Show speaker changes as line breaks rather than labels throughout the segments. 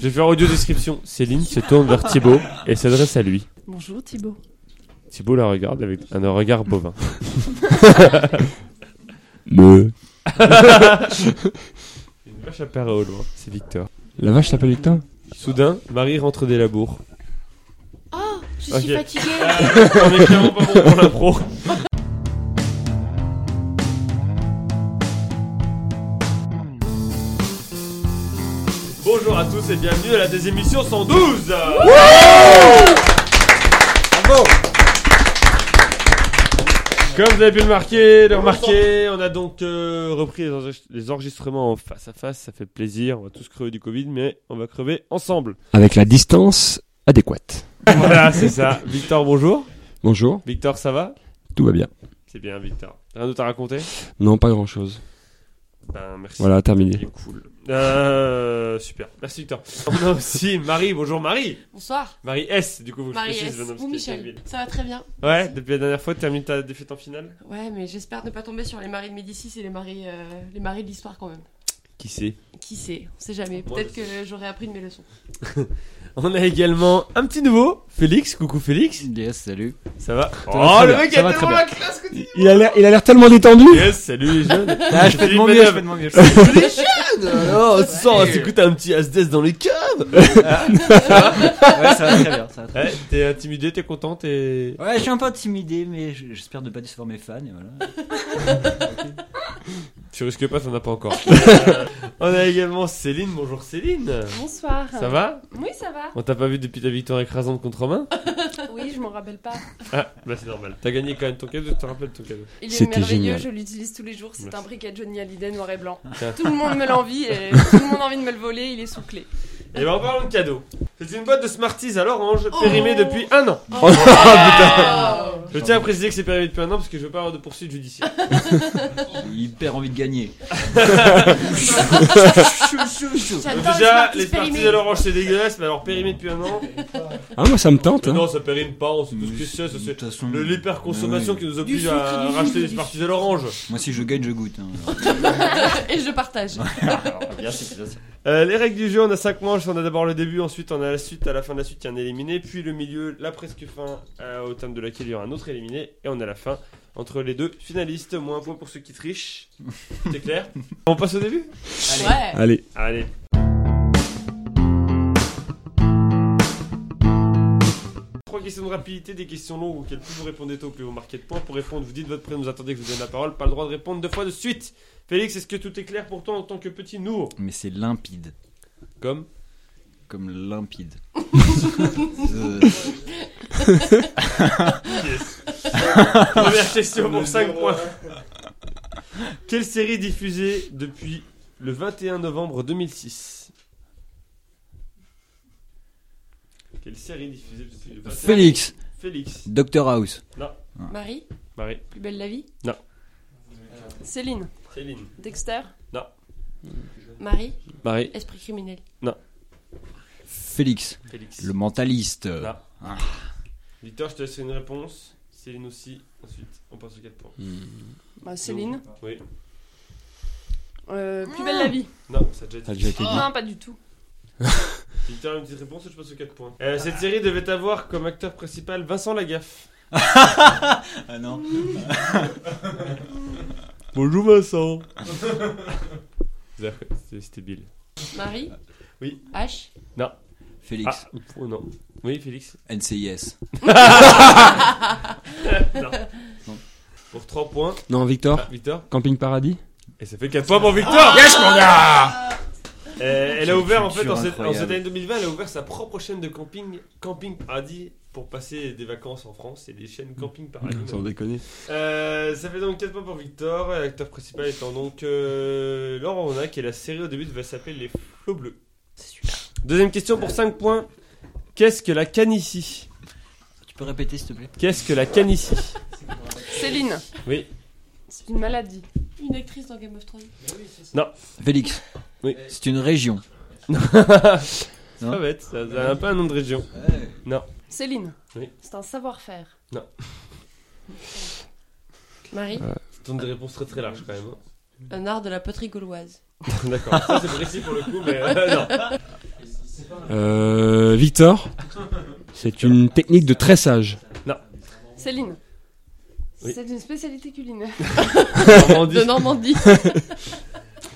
Je vais faire audio description. Céline se tourne vers Thibaut et s'adresse à lui.
Bonjour Thibaut.
Thibaut la regarde avec un regard bovin.
Me.
Une vache apparaît au loin. C'est Victor.
La vache s'appelle Victor
Soudain, Marie rentre des labours.
Oh, je
Ok.
suis fatiguée.
On est clairement pas bon pour l'impro. Bonjour à tous et bienvenue à la deuxième émission 112 Comme vous avez pu le marquer, le remarquer, on a donc euh, repris les, enregistre- les enregistrements en face à face, ça fait plaisir, on va tous crever du Covid, mais on va crever ensemble.
Avec la distance adéquate.
voilà, c'est ça. Victor, bonjour.
Bonjour,
Victor, ça va
tout va bien.
C'est bien, Victor. Rien d'autre à raconter
Non, pas grand chose.
Ben, merci.
Voilà,
Il
terminé.
est cool. Euh, super. Merci Victor. On a aussi Marie. Bonjour Marie.
Bonsoir.
Marie S. Du coup, vous
Marie S.
je nomme
Ou Michel. Ça va très bien.
Ouais, depuis la dernière fois, tu termines ta défaite en finale
Ouais, mais j'espère ne pas tomber sur les maris de Médicis et les maris, euh, les maris de l'histoire quand même.
Qui sait
Qui sait On sait jamais.
Moi,
Peut-être
je
que j'aurais appris de mes leçons.
On a également un petit nouveau, Félix. Coucou Félix.
Yes, salut.
Ça va Oh,
va
le
très bien,
mec
ça
a
va
tellement
très bien.
la classe que tu
Il a l'air, il a l'air tellement détendu.
Yes, salut les jeunes.
Ah, je fais de mon mieux, je fais de mon mieux.
Oh, ce soir, on s'écoute un petit Asdes dans les caves.
Ouais, ça va très bien, ça va très bien.
Ouais, t'es intimidé, t'es content, t'es.
Ouais, je suis un peu intimidé, mais j- j'espère ne pas décevoir mes fans, et voilà.
Tu risques pas, t'en as pas encore. Euh, on a également Céline. Bonjour Céline.
Bonsoir.
Ça va
Oui, ça va.
On t'a pas vu depuis ta victoire écrasante contre Romain
Oui, je m'en rappelle pas.
Ah, bah c'est normal. T'as gagné quand même ton cadeau, je te rappelle ton cadeau.
Il est
C'était
merveilleux,
génial.
je l'utilise tous les jours. C'est
Merci.
un briquet de Johnny Hallyday noir et blanc.
Tiens.
tout le monde me l'envie et tout le monde a envie de me le voler. Il est sous clé.
Et ben en parlant de cadeaux, c'est une boîte de Smarties à l'orange
Oh.
périmée depuis un an.
putain.
Je tiens à préciser que c'est périmé depuis un an parce que je veux pas avoir de poursuite judiciaire.
J'ai hyper envie de gagner.
Donc
J'adore
déjà,
les
les Smarties
périmés.
à l'orange c'est dégueulasse, mais alors périmé depuis un an.
Ah, moi, ça me tente. hein.
Non, ça périme pas, on sait tout ce que c'est, ça,
De
c'est.
toute façon,
le- L'hyperconsommation
Ouais,
qui nous oblige
Du sucre,
à
du
racheter
sucre,
des
du
Smarties à l'orange.
Moi, si je gagne, je goûte. hein.
Et je partage.
Bien sûr, bien sûr.
Euh, les règles du jeu, on a 5 manches, on a d'abord le début, ensuite on a la suite, à la fin de la suite il y a un éliminé, puis le milieu, la presque fin, euh, au terme de laquelle il y aura un autre éliminé, et on a la fin entre les deux finalistes, moins un point pour ceux qui trichent, c'est clair On passe au début
Ouais.
Allez,
Allez. Trois questions de rapidité, des questions longues auxquelles plus vous répondez tôt, plus vous marquez de points. Pour répondre, vous dites votre prénom, vous attendez que je vous donne la parole, pas le droit de répondre deux fois de suite. Félix, est-ce que tout est clair pour toi en tant que petit nouveau
Mais c'est limpide.
Comme
Comme limpide. Euh,
Première question pour 5 points. Quelle série diffusée depuis le 21 novembre 2006 Quelle série diffusée depuis le 21
Félix,
Félix.
Dr House.
Marie,
Marie.
plus belle la vie
Non.
Céline,
Céline.
Dexter
Non.
Marie,
Marie.
esprit criminel.
Félix,
Félix.
le mentaliste.
Là.
Ah.
Victor, je te laisse une réponse. Céline aussi. Ensuite, on passe aux 4 points.
Bah, Céline,
Oui.
euh, plus belle la vie.
Non, ça a déjà
ça a
été.
déjà été
Ah.
dit.
Non, pas du tout.
Victor, une petite réponse et je passe aux 4 points. Euh, cette série devait avoir comme acteur principal Vincent Lagaffe.
Ah non.
Bonjour Vincent. C'était Bill.
Marie
Euh, Oui.
H
Félix,
Ah, oh non. Oui, Félix.
Ah. NCIS.
Pour 3 points.
Non, Victor,
Ah, Victor.
Camping Paradis
Et ça fait 4 points pour Victor Yes, mon gars Euh, Elle a ouvert, en fait, en cette, en
Incroyable.
cette année 2020, elle a ouvert sa propre chaîne de camping, Camping Paradis, pour passer des vacances en France. et des chaînes Camping Paradis.
Sans déconner.
Euh, ça fait donc 4 points pour Victor, et l'acteur principal étant donc euh, Laurent Ronac, et la série au début va s'appeler Les Flots Bleus. Deuxième question pour 5 points. Qu'est-ce que la canicie
Tu peux répéter, s'il te plaît
Qu'est-ce que la canicie
Céline,
Oui,
c'est une maladie.
Une actrice dans Game of Thrones.
Félix.
Oui.
C'est une région.
c'est pas bête, ça, ça a un peu un nom de région.
Céline,
Oui.
c'est un savoir-faire.
Non.
Marie,
Euh.
Ça donne des réponses très très larges quand même. hein.
Un art de la poterie gauloise.
D'accord, ça c'est précis pour le coup, mais euh, non.
Euh, Victor, c'est une technique de tressage.
Céline.
Oui.
C'est une spécialité culinaire.
Normandie.
De Normandie.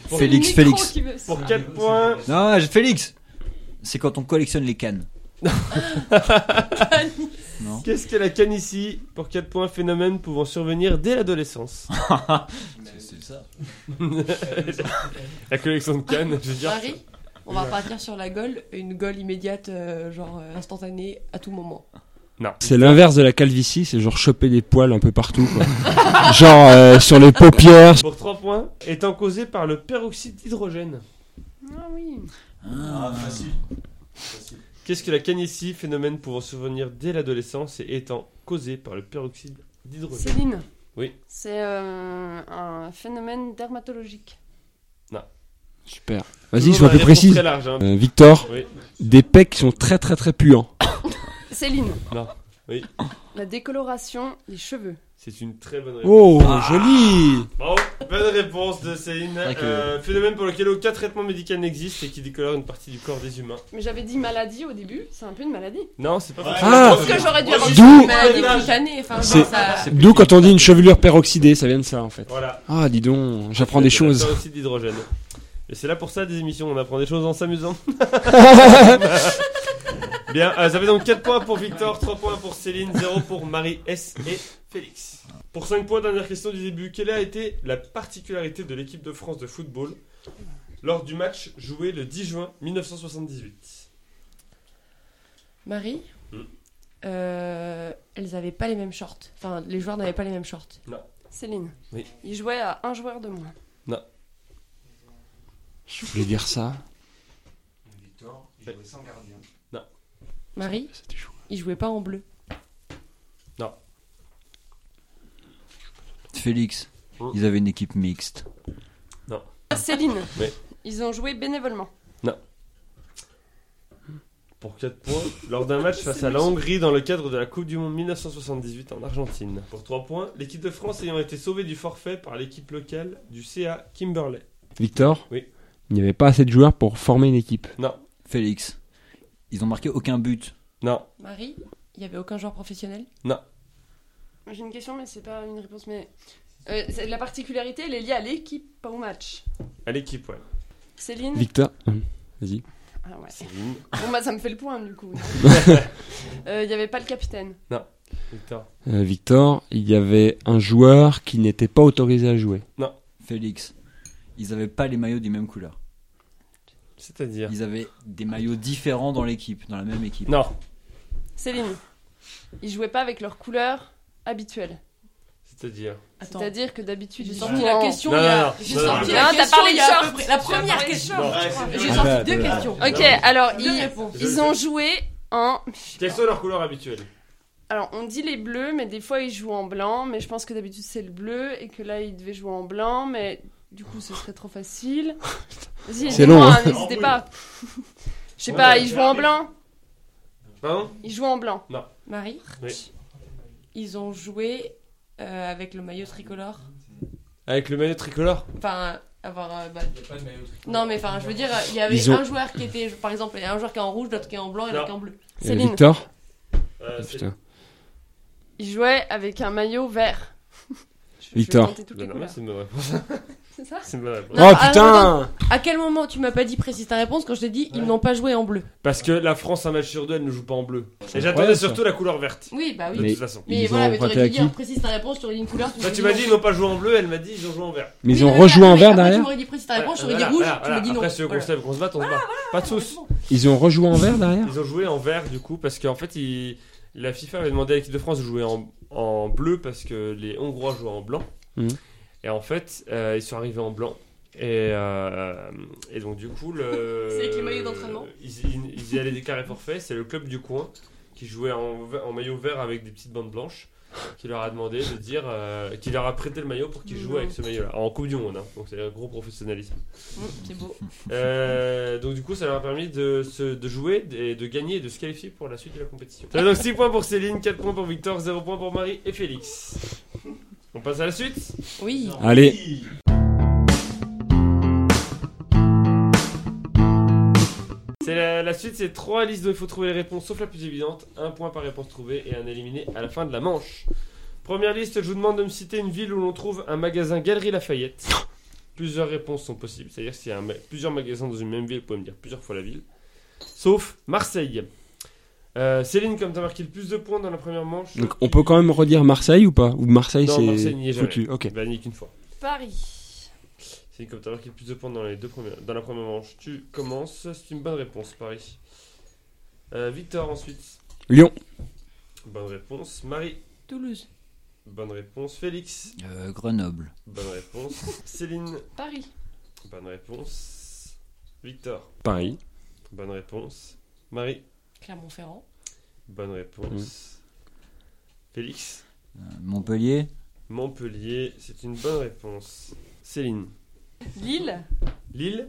Pour-
Félix,
C'est le micro
Félix.
qui veut-
Pour 4 points.
Non, je- Félix C'est quand on collectionne les cannes.
Qu'est-ce qu'est la canicie Pour 4 points, phénomène pouvant survenir dès l'adolescence.
C'est ça.
La collection de cannes, je veux dire.
Marie, on va repartir sur la gaule. Une gaule immédiate, euh, genre euh, instantanée, à tout moment.
Non.
C'est l'inverse de la calvitie, c'est genre choper des poils un peu partout. quoi. genre euh, sur les paupières.
Pour 3 points, étant causé par le peroxyde d'hydrogène.
Ah oui.
Ah, facile. Facile.
Qu'est-ce que la canicie Phénomène pouvant survenir dès l'adolescence et étant causé par le peroxyde d'hydrogène.
Céline.
Oui.
C'est euh, un phénomène dermatologique.
Super. Vas-y,
Toujours dans la
sois un peu
réponse
précise.
Très large, hein.
Euh, Victor,
Oui.
des pecs qui sont très très très puants.
Céline.
Non. Oui.
La décoloration des cheveux.
C'est une très bonne réponse.
Oh, joli
Bravo. Bonne réponse de Céline.
vrai que-
Euh, phénomène pour lequel aucun traitement médical n'existe et qui décolore une partie du corps des humains.
Mais j'avais dit maladie au début, c'est un peu une maladie.
Non, c'est pas
Ouais.
Ah,
Parce que j'aurais dû avoir
D'où-
une
Ouais,
maladie
là,
cutanée. Enfin, genre,
C'est-
ça...
D'où quand on dit une chevelure peroxydée, ça vient de ça en fait.
Voilà.
Ah, dis donc, j'apprends des choses.
aussi d'hydrogène. Et c'est là pour ça des émissions, on apprend des choses en s'amusant. Bien, euh, ça fait donc 4 points pour Victor, 3 points pour Céline, 0 pour Marie S et Félix. Pour 5 points, dernière question du début, quelle a été la particularité de l'équipe de France de football lors du match joué le 10 juin 1978
Marie,
Hmm.
euh, elles avaient pas les mêmes shorts. Enfin, les joueurs n'avaient pas les mêmes shorts.
Céline.
Oui.
Il jouait à un joueur de moins.
Je voulais dire ça.
Victor, il jouait sans gardien.
Marie,
C'était chaud.
ils jouaient pas en bleu.
Félix,
Hmm.
ils avaient une équipe mixte.
Céline.
Oui.
Ils ont joué bénévolement.
Pour 4 points, lors d'un match face à la Hongrie dans le cadre de la Coupe du Monde 1978 en Argentine. Pour 3 points, l'équipe de France ayant été sauvée du forfait par l'équipe locale du CA Kimberley.
Victor
Oui.
Il n'y avait pas assez de joueurs pour former une équipe.
Félix, ils ont marqué aucun but.
Non,
Marie, il y avait aucun joueur professionnel.
J'ai une question, mais c'est pas une réponse. Mais euh, c'est- la particularité, elle est liée à l'équipe, pas au match.
à l'équipe, ouais.
Céline.
Victor Hum, Vas-y.
Ah ouais.
Céline,
Bon bah ça me fait le point du coup. Euh, Il y avait pas le capitaine.
Victor.
Euh, Victor, il y avait un joueur qui n'était pas autorisé à jouer.
Félix, ils avaient pas les maillots du même couleur.
C'est-à-dire
Ils avaient des maillots différents dans l'équipe, dans la même équipe.
Non,
Céline. Ils jouaient pas avec leur couleur habituelle.
c'est-à-dire.
Attends,
C'est-à-dire que d'habitude
j'ai
ils
sorti
jouent
la
en-
question.
Non,
il y a-
non, non,
J'ai
non,
sorti
non.
la
Ah, t'as
question.
parlé
il y a à
short.
peu près- la
T'as
première
parlé
question.
short.
Ouais,
J'ai
c'est dur.
Ah, bah,
sorti deux
bah,
questions.
Ok, alors
Deux
ils,
réponses.
ils ont joué en.
Quelles sont leurs couleurs habituelles
Alors on dit les bleus, mais des fois ils jouent en blanc. Mais je pense que d'habitude c'est le bleu et que là ils devaient jouer en blanc, mais du coup ce serait trop facile. Vas-y,
C'est
aidez-moi,
long, hein.
hein, N'hésitez pas. Je
Ah
sais
Ouais,
pas,
bah,
ils jouent en blanc.
Pardon
Ils jouent en blanc.
Marie,
Oui.
ils ont joué euh, avec le maillot tricolore.
Avec le maillot tricolore
Enfin, avoir. euh, bah,
Il n'y a pas de maillot tricolore.
Non, mais enfin, je veux dire, il y avait
Ils ont-
un joueur qui était, par exemple, il y a un joueur qui est en rouge, l'autre qui est en blanc et l'autre qui est en bleu.
Euh,
Céline.
Victor
euh,
Ah,
c'est-
putain.
Ils jouaient avec un maillot vert. Je- je vais
Victor.
tenter toutes
Non,
les
non,
couleurs.
c'est une bonne réponse.
C'est ça
C'est une bonne réponse.
Non,
oh
ah,
putain
À quel moment tu m'as pas dit précise ta réponse quand je t'ai dit ils
Ouais.
n'ont pas joué en bleu
Parce que la France, un match sur deux, elle ne joue pas en bleu. Et j'attendais
incroyable, ça.
surtout la couleur verte.
Oui, bah oui.
De
Mais-
toute façon.
Mais
Ils
voilà,
ont
mais t'aurais
prêté
dû
à qui
dire précise ta réponse sur une couleur.
Toi, Bah, tu m'as dit ils n'ont pas joué en bleu, elle m'a dit ils ont joué en vert.
Mais ils ont rejoué en vert derrière
Tu m'aurais dit précise ta réponse, j'aurais
euh, Voilà,
dit rouge,
voilà,
tu m'as
voilà.
dit non.
Après, ceux qu'on
Voilà.
se lève, qu'on se bat, on se bat. Pas tous.
Ils ont rejoué en vert derrière
Ils ont joué en vert du coup parce qu'en fait ils- la FIFA avait demandé à l'équipe de France de jouer en, en bleu parce que les Hongrois jouaient en blanc.
Mhm.
Et en fait euh, ils sont arrivés en blanc. Et, euh, et donc du coup le...
C'est avec les maillots d'entraînement
ils, ils- ils y allaient déclarer forfait. C'est le club du coin qui jouait en, ve- en maillot vert avec des petites bandes blanches qui leur a demandé de dire euh, qui leur a prêté le maillot pour qu'ils jouent avec ce maillot là en Coupe du Monde. hein. Donc c'est un gros professionnalisme.
Mmh, C'est beau.
Euh, donc du coup, ça leur a permis de, se- de jouer et de gagner et de se qualifier pour la suite de la compétition. Ça fait donc 6 points pour Céline, 4 points pour Victor, 0 points pour Marie et Félix. On passe à la suite
Oui.
Allez.
Oui.
C'est la, la suite, c'est trois listes dont il faut trouver les réponses, sauf la plus évidente. Un point par réponse trouvée et un éliminé à la fin de la manche. Première liste, je vous demande de me citer une ville où l'on trouve un magasin Galerie Lafayette. Plusieurs réponses sont possibles, c'est-à-dire s'il y a un ma- plusieurs magasins dans une même ville, vous pouvez me dire plusieurs fois la ville. Sauf Marseille. Euh, Céline, comme t'as marqué le plus de points dans la première manche.
Donc on peut quand même redire Marseille ou pas Ou Marseille
Non, Marseille n'y est
c'est
jamais.
foutu. Ok.
Bah, nique une fois.
Paris.
C'est comme tout à l'heure qui a le plus de points dans, les deux premières, dans la première manche. Tu commences, c'est une bonne réponse, Paris. Euh, Victor, ensuite.
Lyon.
Bonne réponse. Marie,
Toulouse.
bonne réponse. Félix,
Euh, Grenoble.
bonne réponse. Céline,
Paris.
bonne réponse. Victor,
Paris.
bonne réponse. Marie,
Clermont-Ferrand.
bonne réponse. Félix,
Euh, Montpellier.
Montpellier, c'est une bonne réponse. Céline,
Lille.
Lille,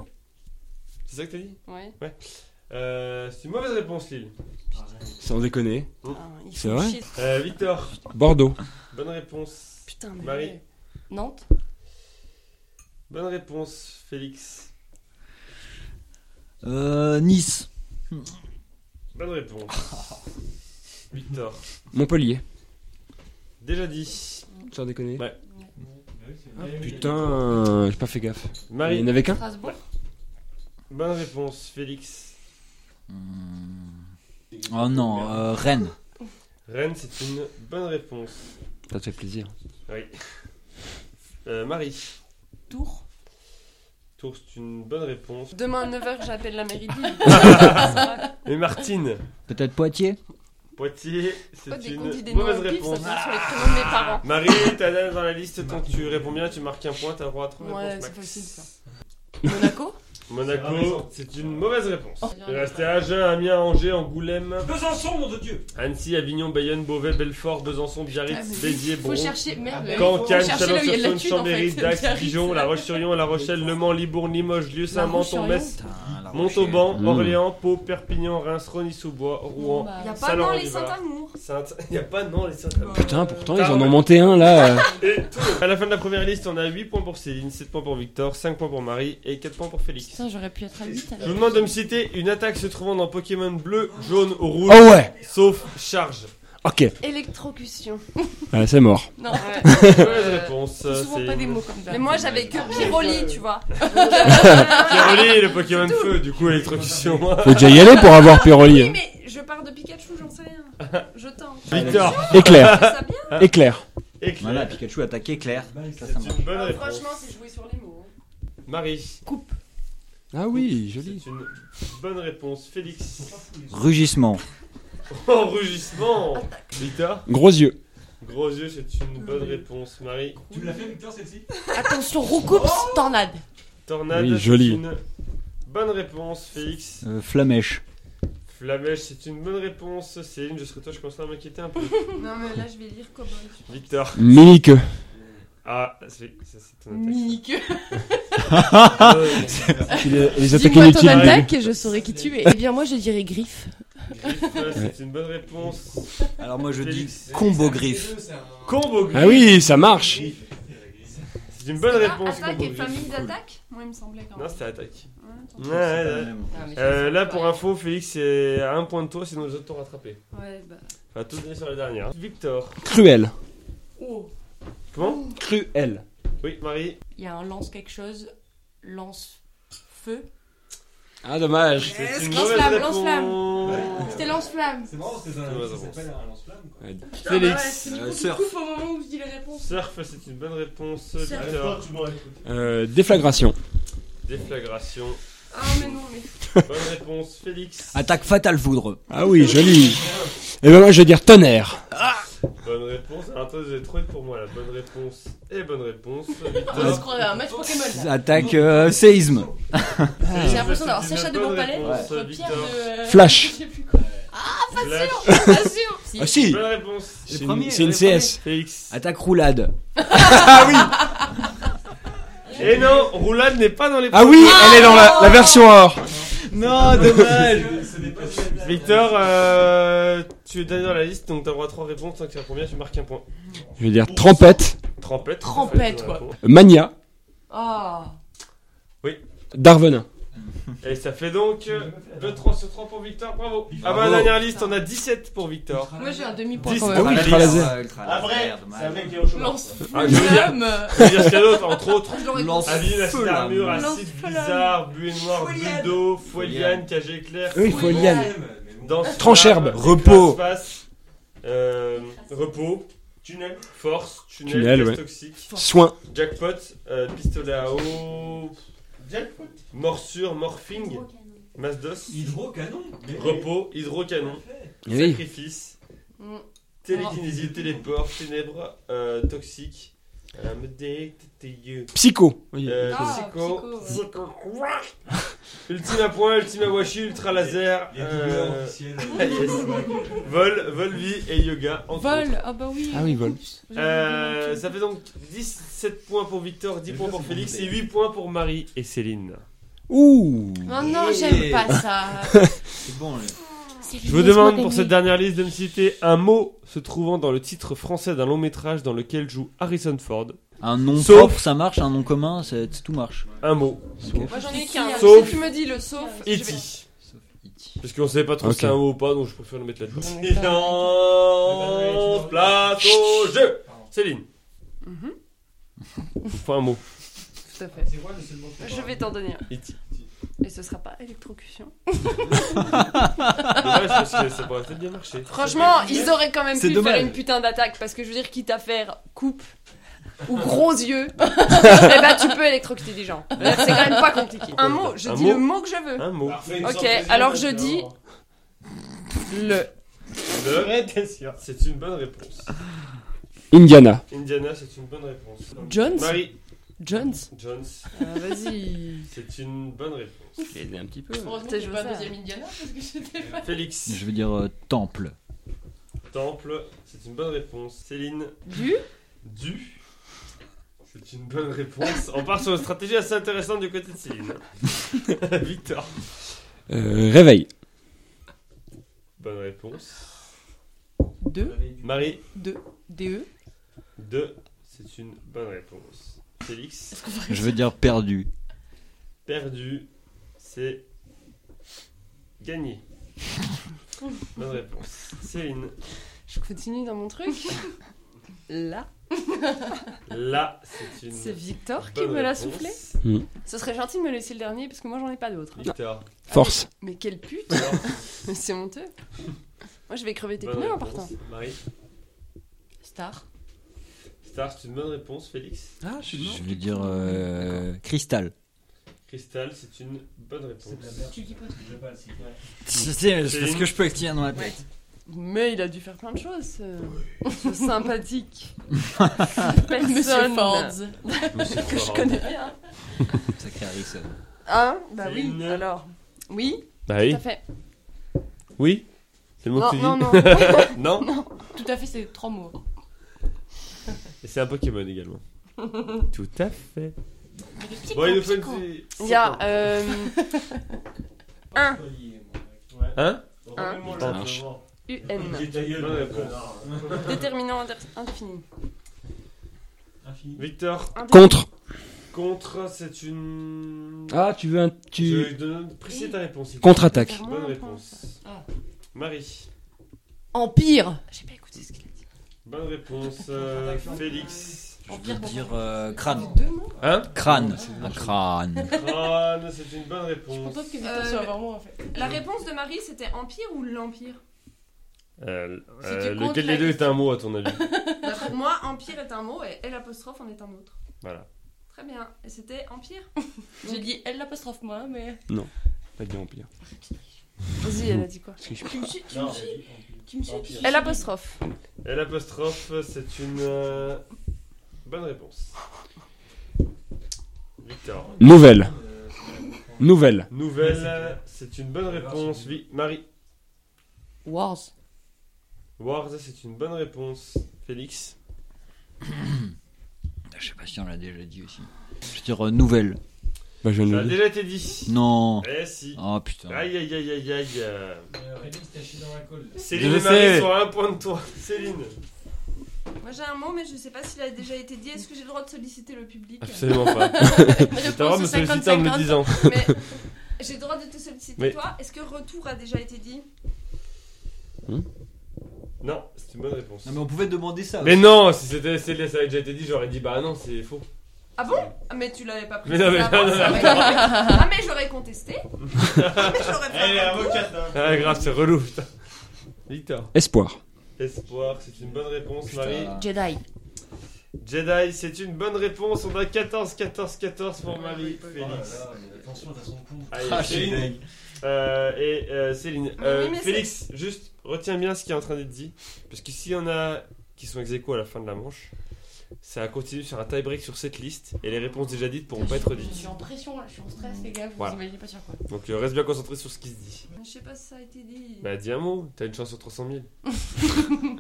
c'est ça que t'as dit
Ouais.
Euh, C'est une mauvaise réponse, Lille.
Sans déconner.
Ah, il
C'est
faut
vrai
chier.
Euh, Victor,
Bordeaux.
bonne réponse.
Putain, mais.
Marie.
Nantes.
Bonne réponse, Félix.
Euh, nice.
Bonne réponse. Victor.
Montpellier.
Déjà dit.
Sans déconner.
Ouais.
Eh Putain, euh, j'ai pas fait gaffe. Il
Marie.
n'y en avait qu'un
Strasbourg.
Bonne réponse, Félix.
Oh non, euh, Rennes.
Rennes, c'est une bonne réponse.
Ça te fait plaisir.
Oui. Euh, Marie.
Tours.
Tour, c'est une bonne réponse.
Demain à 9h, j'appelle la mairie de Lille.
Et Martine.
Peut-être Poitiers.
Poitiers,
Pourquoi
c'est
dès
une
qu'on dit des noms
mauvaise
au pif, ça
réponse.
vient sur les prénoms de mes parents.
Marie, t'as la dans la liste. Tant que tu réponds bien, tu marques un point, t'as le droit à trois
Ouais,
réponses.
c'est
max.
facile, ça. Monaco.
Monaco, c'est une mauvaise réponse.
Oh.
Il restait Agen, Amiens, Angers, Angoulême.
Besançon, mon dieu
Annecy, Avignon, Bayonne, Beauvais, Belfort, Besançon,
Ah, mais
Biarritz, Béziers,
Faut
Bron.
chercher. Merde.
Caen,
faut
Caen, Cannes,
chercher là où il y a de la
Chalon-sur-Saône,
thune, en
Chambéry,
fait.
Dax,
Biarritz.
Dijon, La Roche-sur-Yon, La Rochelle, Le Mans, Libourne, Limoges, Lieu, Saint-Mand,
Roche-sur-Yon.
Metz,
Putain, la
Montauban,
Mmh.
Orléans, Pau, Perpignan, Reims, Rosny-sous-Bois,
Bon,
Rouen,
bah,
Il n'y a pas
Salon
non les
Oliva.
Saint-Amour.
Sainte. Il n'y a pas non les Saintes.
Putain, pourtant
Putain,
ils en
ouais.
ont monté un là. euh.
Et tout. À la fin de la première liste, on a 8 points pour Céline, 7 points pour Victor, 5 points pour Marie et 4 points pour Félix.
Putain, j'aurais pu être à 8
Je vous demande de me citer une attaque se trouvant dans Pokémon bleu, jaune ou rouge,
Oh ouais
sauf charge.
Ok.
Électrocution.
Ah, c'est mort.
Non,
Mauvaise Euh, réponse.
c'est souvent pas
Céline.
des mots comme ça.
Mais moi, j'avais que Piroli, tu vois.
Caroline, le Pokémon feu, du coup, électrocution.
Faut déjà y aller pour avoir Piroli.
Oui,
hein.
mais je pars de Pikachu, j'en sais rien. Je tente.
Victor,
Éclair.
Je fais ça bien.
Éclair.
éclair.
Voilà, Pikachu attaqué Claire. Ça, ça marche.
C'est une bonne
Ah,
réponse.
franchement, c'est jouer sur les mots. hein.
Marie,
Ah oui,
c'est une bonne réponse. Félix,
Rugissement.
en rugissement. Victor,
Gros yeux.
gros yeux, c'est une bonne réponse. Marie,
Tu l'as fait, Victor, celle-ci
Attention, recoupe, tornade.
tornade,
Oui,
c'est
joli.
une bonne réponse. Félix,
Euh, Flamèche.
Flamèche, c'est une bonne réponse. Céline, je serais toi, je commence à m'inquiéter un peu.
Non, mais là, je vais lire Cobol.
Victor,
Mimique.
ah, c'est ça, c'est ton attaque.
Minique.
Euh,
Les, les attaques
Dis-moi ton
inutiles.
attaque et je saurai qui tu es. Eh bien, moi, je dirais griffe.
griffe, c'est une bonne réponse.
Alors moi je dis
Félix.
combo griffe.
Combo griffe,
Ah oui, ça marche.
c'est une bonne réponse.
Attaque
combo
et
griffe.
famille d'attaque Moi, il me semblait quand
Non,
même.
c'était attaque.
Ouais, attends.
Ouais, ouais. Euh, là, pour info, Félix est à un point de toi, sinon les autres t'ont rattrapé.
Ouais, bah.
Enfin, tout donné sur la dernière. Victor.
Cruel.
Oh.
Comment
Cruel.
Oui, Marie.
Il y a un lance quelque chose. Lance feu.
Ah
Eh,
dommage.
C'est une
lance
mauvaise
flamme, lance
réponse.
C'était lance flamme.
C'est marrant, c'est
Ouais,
un ça
ça
s'appelle un lance-flamme, quoi.
Félix.
Euh, surf.
au moment où je dis les réponses.
Surf, c'est une bonne réponse.
Surf.
Victor.
Euh, déflagration.
Déflagration.
Ah, mais non, mais.
Bonne réponse, Félix.
Attaque fatale foudre.
Ah oui, joli. Et ben moi je vais dire tonnerre.
Bonne réponse. Alors, toi, vous avez trouvé pour moi la bonne réponse et bonne réponse.
On se
Victor.
croirait à Oh, un match Pokémon. là.
Attaque euh, séisme.
Félix,
J'ai l'impression d'avoir
c'est une
Sacha de
bonne
Montpalais
réponse,
contre
Victor.
Pierre de. euh,
Flash.
Je sais plus quoi.
Flash.
Bien sûr. Si.
Ah si.
Bonne réponse.
Les
C'est
premiers,
une, c'est une
les premiers.
CS.
Félix.
Attaque roulade.
Et non, roulade n'est pas dans les
Ah oui, elle est dans la, la version or.
Non, dommage.
Ah, Ce n'est pas une attaque.
Victor, euh, tu es dernier dans la liste, donc t'as le droit à 3 réponses. Tant que tu réponds bien, tu marques un point.
Je vais dire trompette,
Trempette.
Trempette,
en fait,
quoi.
on répond.
mania,
Ah.
darvenin.
Et ça fait donc euh,
Le
2 3 sur 3 pour Victor, bravo. À ma
Bravo.
dernière liste, on a 17 pour Victor.
Moi j'ai un
Ah
demi-point
10
quand
pour
même.
oui,
Alice.
Ultra laser.
Ah vrai C'est un mec qui est au
Lance
chômage.
Ah, je veux dire-
flamme
Je veux dire ce qu'il y a d'autre, entre autres.
Je l'aurais
Lance-
Avis, acide
Folle.
armure,
Lance
acide
folle.
bizarre, buée noire,
Foliane.
bulle d'eau, foliane, cage éclair,
Oui, il faut y aller.
Mais bon.
danse,
Trancherbe.
flamme,
Repos.
face, euh, repos, tunnel, force, tunnel,
Tunnel,
gaz
ouais.
toxique,
Soin.
jackpot, euh, pistolet à eau, morsure, morphing, masse d'os,
Hydrocanon Mais-
repos, hydrocanon,
Eh oui.
sacrifice,
Mm.
télékinésie,
Oh.
téléport, ténèbres, euh, toxique, euh, me détecter,
Psycho. Oui.
Euh,
Ah,
psycho.
psycho,
Ultime à point, ultime à washi, ultra laser,
Les douleurs
euh,
officielles.
yes. vol, vol vie et yoga. entre autres.
Vol Ah bah oui
Ah oui, vol.
Euh, ça fait donc 17 points pour Victor, 10 points pour Félix et 8 points pour Marie et Céline.
Ouh.
Oh non,
Et-
j'aime pas ça
C'est bon. là.
Je vous demande pour cette dernière liste de me citer un mot se trouvant dans le titre français d'un long métrage dans lequel joue Harrison Ford.
Un nom
Sauf-
propre, ça marche. Un nom commun, ça, tout marche.
Un mot.
Moi j'en ai
ai
qu'un
qu'un.
Sauf-
Si tu me dis le sauf, je vais-
E.T.
Sauf E.T.
Parce qu'on savait pas trop
Ok.
si c'est un mot ou pas, donc je préfère le mettre là-dedans.
J'en ai pas.
Silence, place au jeu Céline,
Mhm,
faut un mot. E
tout à fait.
C'est quoi le seul mot que
Je
t'as
vais t'en donner un.
E.T.
Et ce sera pas électrocution.
Dommage, parce que ça pourrait peut-être bien marcher.
Franchement, ils auraient quand même
C'est
pu
dommage.
faire une putain d'attaque parce que je veux dire, quitte à faire coupe ou gros yeux, eh ben tu peux électrocuter des gens. Là, C'est quand même pas compliqué. Un mot, je
Un
dis
mot.
le mot que je veux.
Un mot.
Parfait, une
Ok,
surprise,
alors je
alors.
dis- Le.
Le-
Ouais, t'es sûr.
C'est une bonne réponse.
Indiana.
Indiana, c'est une bonne réponse.
Jones
Marie
Jones
Jones,
Vas-y.
c'est une bonne réponse.
Je l'ai aidé un petit peu.
Heureusement
que
que
j'ai
j'ai
pas
pas
deuxième
deuxième Indiana parce que j'étais pas...
Félix
Je veux dire euh, temple.
Temple, c'est une bonne réponse. Céline
Du
Du, c'est une bonne réponse. On part sur une stratégie assez intéressante du côté de Céline. Victor,
Euh, réveil.
bonne réponse.
2,
Marie
2,
E.
DE.
2, c'est une bonne réponse. Félix
Je veux dire perdu.
Perdu, c'est gagné. Bonne réponse. Céline,
Je continue dans mon truc. Là,
là, c'est une.
c'est Victor qui
bonne
me l'a
réponse.
soufflé. Ce serait gentil de me laisser le dernier parce que moi j'en ai pas d'autres. hein.
Victor,
Force.
Mais quelle pute C'est honteux. Moi je vais crever tes
bonne
pneus en
réponse.
partant.
Marie,
Star.
Star, c'est une bonne réponse. Félix,
Ah, je suis
Je veux dire euh, cristal.
Cristal, c'est une bonne réponse.
C'est de la merde.
dis pas
Je vais pas le citer.
Je sais,
C'est une-
je peux qu'il y a dans la tête.
Mais il a dû faire plein de choses. euh, ce- ce sympathique.
Monsieur
Personne.
Ford.
Que je connais bien.
Sacré Harrison.
Hein Bah oui.
Céline.
Alors. Oui,
Bah
tout
oui,
à fait.
oui. C'est le mot
Non,
que tu
non,
dis.
non.
Non,
Tout à fait, c'est trois mots.
Et c'est un Pokémon également. Tout à fait. Bon, il nous faut une petite-
Il y a. euh, Un.
Ouais.
Hein
Remets-moi
Ça
le
marche.
devant.
UN.
J'ai ta gueule,
Bonne
le
réponse.
connard.
Déterminant inter- indéfini.
Infini.
Victor,
Indéfini.
Contre.
contre, c'est une.
Ah, tu veux un.
Je
Tu...
je donne précise ta réponse.
Contre-attaque.
Faire moins
Bonne
un
réponse.
point, ça.
Marie.
Empire.
J'ai pas écouté ce qu'il a dit.
Bonne réponse. euh, Félix.
Je veux dire euh, crâne.
Deux mots
Hein
Crâne. Un crâne.
Crâne, c'est une bonne
Je suis
réponse.
contente que
Euh,
Victor soit vraiment en fait.
La réponse de Marie, c'était Empire ou l'Empire
Euh,
Si
euh,
tu comptes
lequel
la
des deux
liste.
est un mot à ton avis
D'après moi, Empire est un mot et L apostrophe en est un autre.
Voilà.
Très bien. Et c'était Empire
J'ai dit L l'apostrophe moi, mais.
Pas bien pire.
Vas-y, elle a dit quoi
Tu me suis. Tu
Non,
me
on
suis.
dit- on dit-
Tu me suis.
Empire.
L apostrophe.
Et l'apostrophe, c'est une euh, bonne réponse. Victor.
Nouvelle.
Euh,
Nouvelle.
Nouvelle, c'est une bonne réponse. Oui, Marie.
Wars.
Wars, c'est une bonne réponse. Félix.
Ah, Je sais pas si on l'a déjà dit aussi. Je veux dire euh, nouvelle.
Bah, je
Ça a
ne
déjà été dit.
Non.
Eh si.
Oh putain.
Aïe aïe aïe aïe aïe. euh.
euh, Rémi, c'était chier dans la colle.
Céline
Je
et Marie
sais.
sont à un point de toi. Céline.
Moi j'ai un mot, mais je sais pas s'il a déjà été dit. Est-ce que j'ai le droit de solliciter le public
Absolument pas.
Réponse 50-50.
disant.
Mais
J'ai le droit de te solliciter,
Mais-
toi. Est-ce que retour a déjà été dit
Non, c'est une bonne réponse.
Non, mais on pouvait demander ça.
Mais non, si c'était, si ça avait déjà été dit, j'aurais dit bah non, c'est faux.
Ah bon Ah, mais tu l'avais pas pris.
Mais non, mais
Ah, bon,
non,
ça
non,
aurait été- Ah, mais j'aurais contesté. Ah, mais j'aurais
Elle est
pas.
avocate, hein.
Ah grave, c'est relou, putain. Victor.
Espoir.
Espoir, c'est une bonne réponse,
Putain.
Marie.
Jedi.
Jedi, c'est une bonne réponse. On a 14, 14, 14 pour Marie,
Oh là là,
Félix.
mais attention à son con.
Allez,
Ah, je suis
Céline.
dingue.
Euh, et euh, Céline.
Mais
Euh,
oui, mais
Félix, juste retiens bien ce qui est en train d'être dit. Parce que s'il y en a qui sont ex aequo à la fin de la manche, ça continue sur un tie-break sur cette liste. Et les réponses déjà dites pourront pas être
Je
dites.
suis en pression, là, je suis en stress, les gars, vous
Voilà.
vous imaginez pas sur quoi.
Donc euh, reste bien concentré sur ce qui se dit.
Je sais pas si ça a été dit.
Bah dis un mot, t'as une chance sur 300 000.
Nouveau.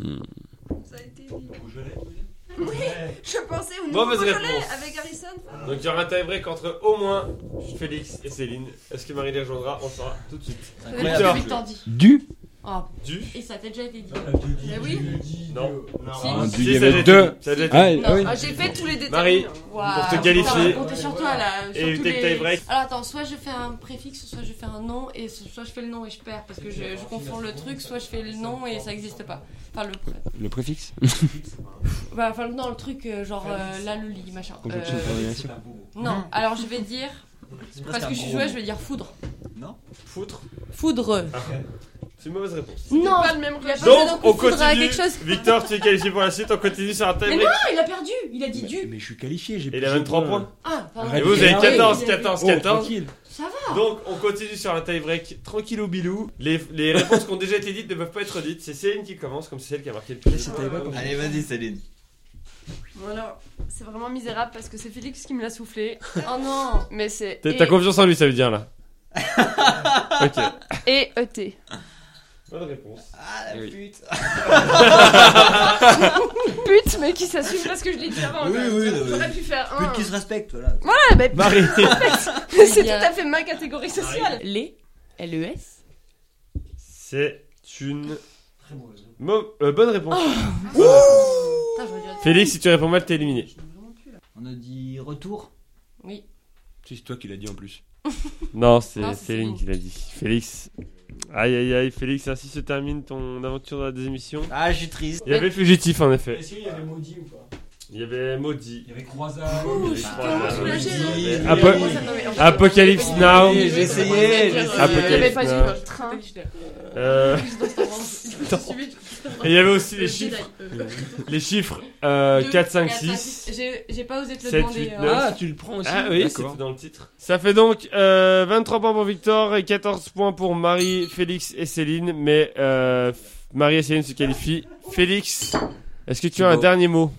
Hmm.
Ça a été dit.
Au gelé,
Oui, je pensais au nouveau
Mauvaise
Beaujolais
réponse.
avec Harrison.
Donc il y aura un tie-break entre au moins Félix et Céline. Est-ce que Marie les rejoindra On le saura tout de suite.
Victor.
Incroyable.
Victor.
Victor dit.
Du.
Ah,
Du
et ça t'a déjà été
Ah,
dit.
Mais
oui.
Non.
Ah,
Si,
du, il y
ça
avait
l'a été
deux.
dit, ça l'a été
Ah,
dit.
Non,
oui.
ah, j'ai fait tous les détails.
Marie.
Waouh,
te qualifier.
Comptez sur toi là. sur
Et
tous
take
les-
tie break.
Alors attends, soit je fais un préfixe, soit je fais un nom, et so- soit je fais le nom et je perds parce que je, je confonds le truc, soit je fais le nom et ça existe pas. Enfin le. pré-
Le préfixe.
Bah, enfin non, le truc euh, genre euh, là le lit machin.
Conjonction
Euh,
de corrélation.
non, alors je vais dire
C'est
parce
presque un
que je suis
gros
jouée,
mot.
je vais dire foudre.
Foutre.
Foudre.
Ah. C'est une mauvaise réponse.
C'est
Non,
pas le même
il a
registre.
pas
Donc
besoin qu'on
on
foudre à
continue.
quelque chose.
Victor, tu es qualifié pour la suite. On continue sur un
Mais
tie-break.
non, il a perdu. Il a dit
Mais,
du.
mais je suis qualifié, j'ai
Et il
plus
a
de
23 points.
Ah, pardon.
Et
Arrête,
vous
mais
avez
oui,
14,
il a-
14,
Oh,
14.
tranquille.
Ça va.
Donc on continue sur un tie-break tranquillo bilou. Les, les réponses qui ont déjà été dites ne peuvent pas être dites. C'est Céline qui commence comme c'est celle qui a marqué le plus. de
C'était
points.
pas comme-
Allez, vas-y, Céline.
Voilà. C'est vraiment misérable parce que c'est Félix qui me l'a soufflé.
Oh non.
Mais c'est.
T'as t'as confiance en lui, ça veut dire là. ok.
Et ET.
Bonne réponse.
Ah, la
Oui.
pute.
Pute, mais qui s'assume parce que je l'ai dit avant.
Oui,
quoi.
oui, non, mais-
J'aurais pu faire un.
Pute qui se respecte, voilà.
Ah, bah,
Marie.
c'est
Il y
tout
a-
à fait ma catégorie sociale.
Les. L-E-S.
C'est une
Très mauvaise. hein.
mau- euh, bonne réponse.
Oh.
Bonne réponse.
Putain, j'aurais dû dire-
Félix, si tu réponds mal, t'es éliminé.
On a dit retour.
Oui.
Si, C'est toi qui l'as dit en plus.
Non, c'est
Non, c'est
Céline
Céline.
qui l'a dit. Félix. Aïe aïe aïe, Félix, ainsi se termine ton aventure dans la désémission.
Ah, je suis triste.
Il y avait Fugitif en effet.
Est-ce qu'il y avait maudit ou pas
Il y avait
Il
Maudit.
y avait croisade.
Ouh, je suis hein. tellement soulagée là.
Il y avait
Oui.
Apo-
Oui.
Apocalypse Now.
Oui, j'ai essayé, j'ai
Il y
Apocalypse
avait
essayé.
pas
Now.
eu le train.
Euh, et il y avait aussi les
Le
chiffres.
Jedi.
Les chiffres euh,
Deux,
4, 5,
quatre,
6.
J'ai j'ai pas osé te le
Sept,
demander.
huit,
hein.
neuf.
tu le prends Bah,
Ah oui,
d'accord.
c'était dans le titre. Ça fait donc euh, 23 points pour Victor et 14 points pour Marie, Félix et Céline. Mais euh, Marie et Céline se qualifient. Félix, est-ce que tu
C'est
as un
beau.
dernier mot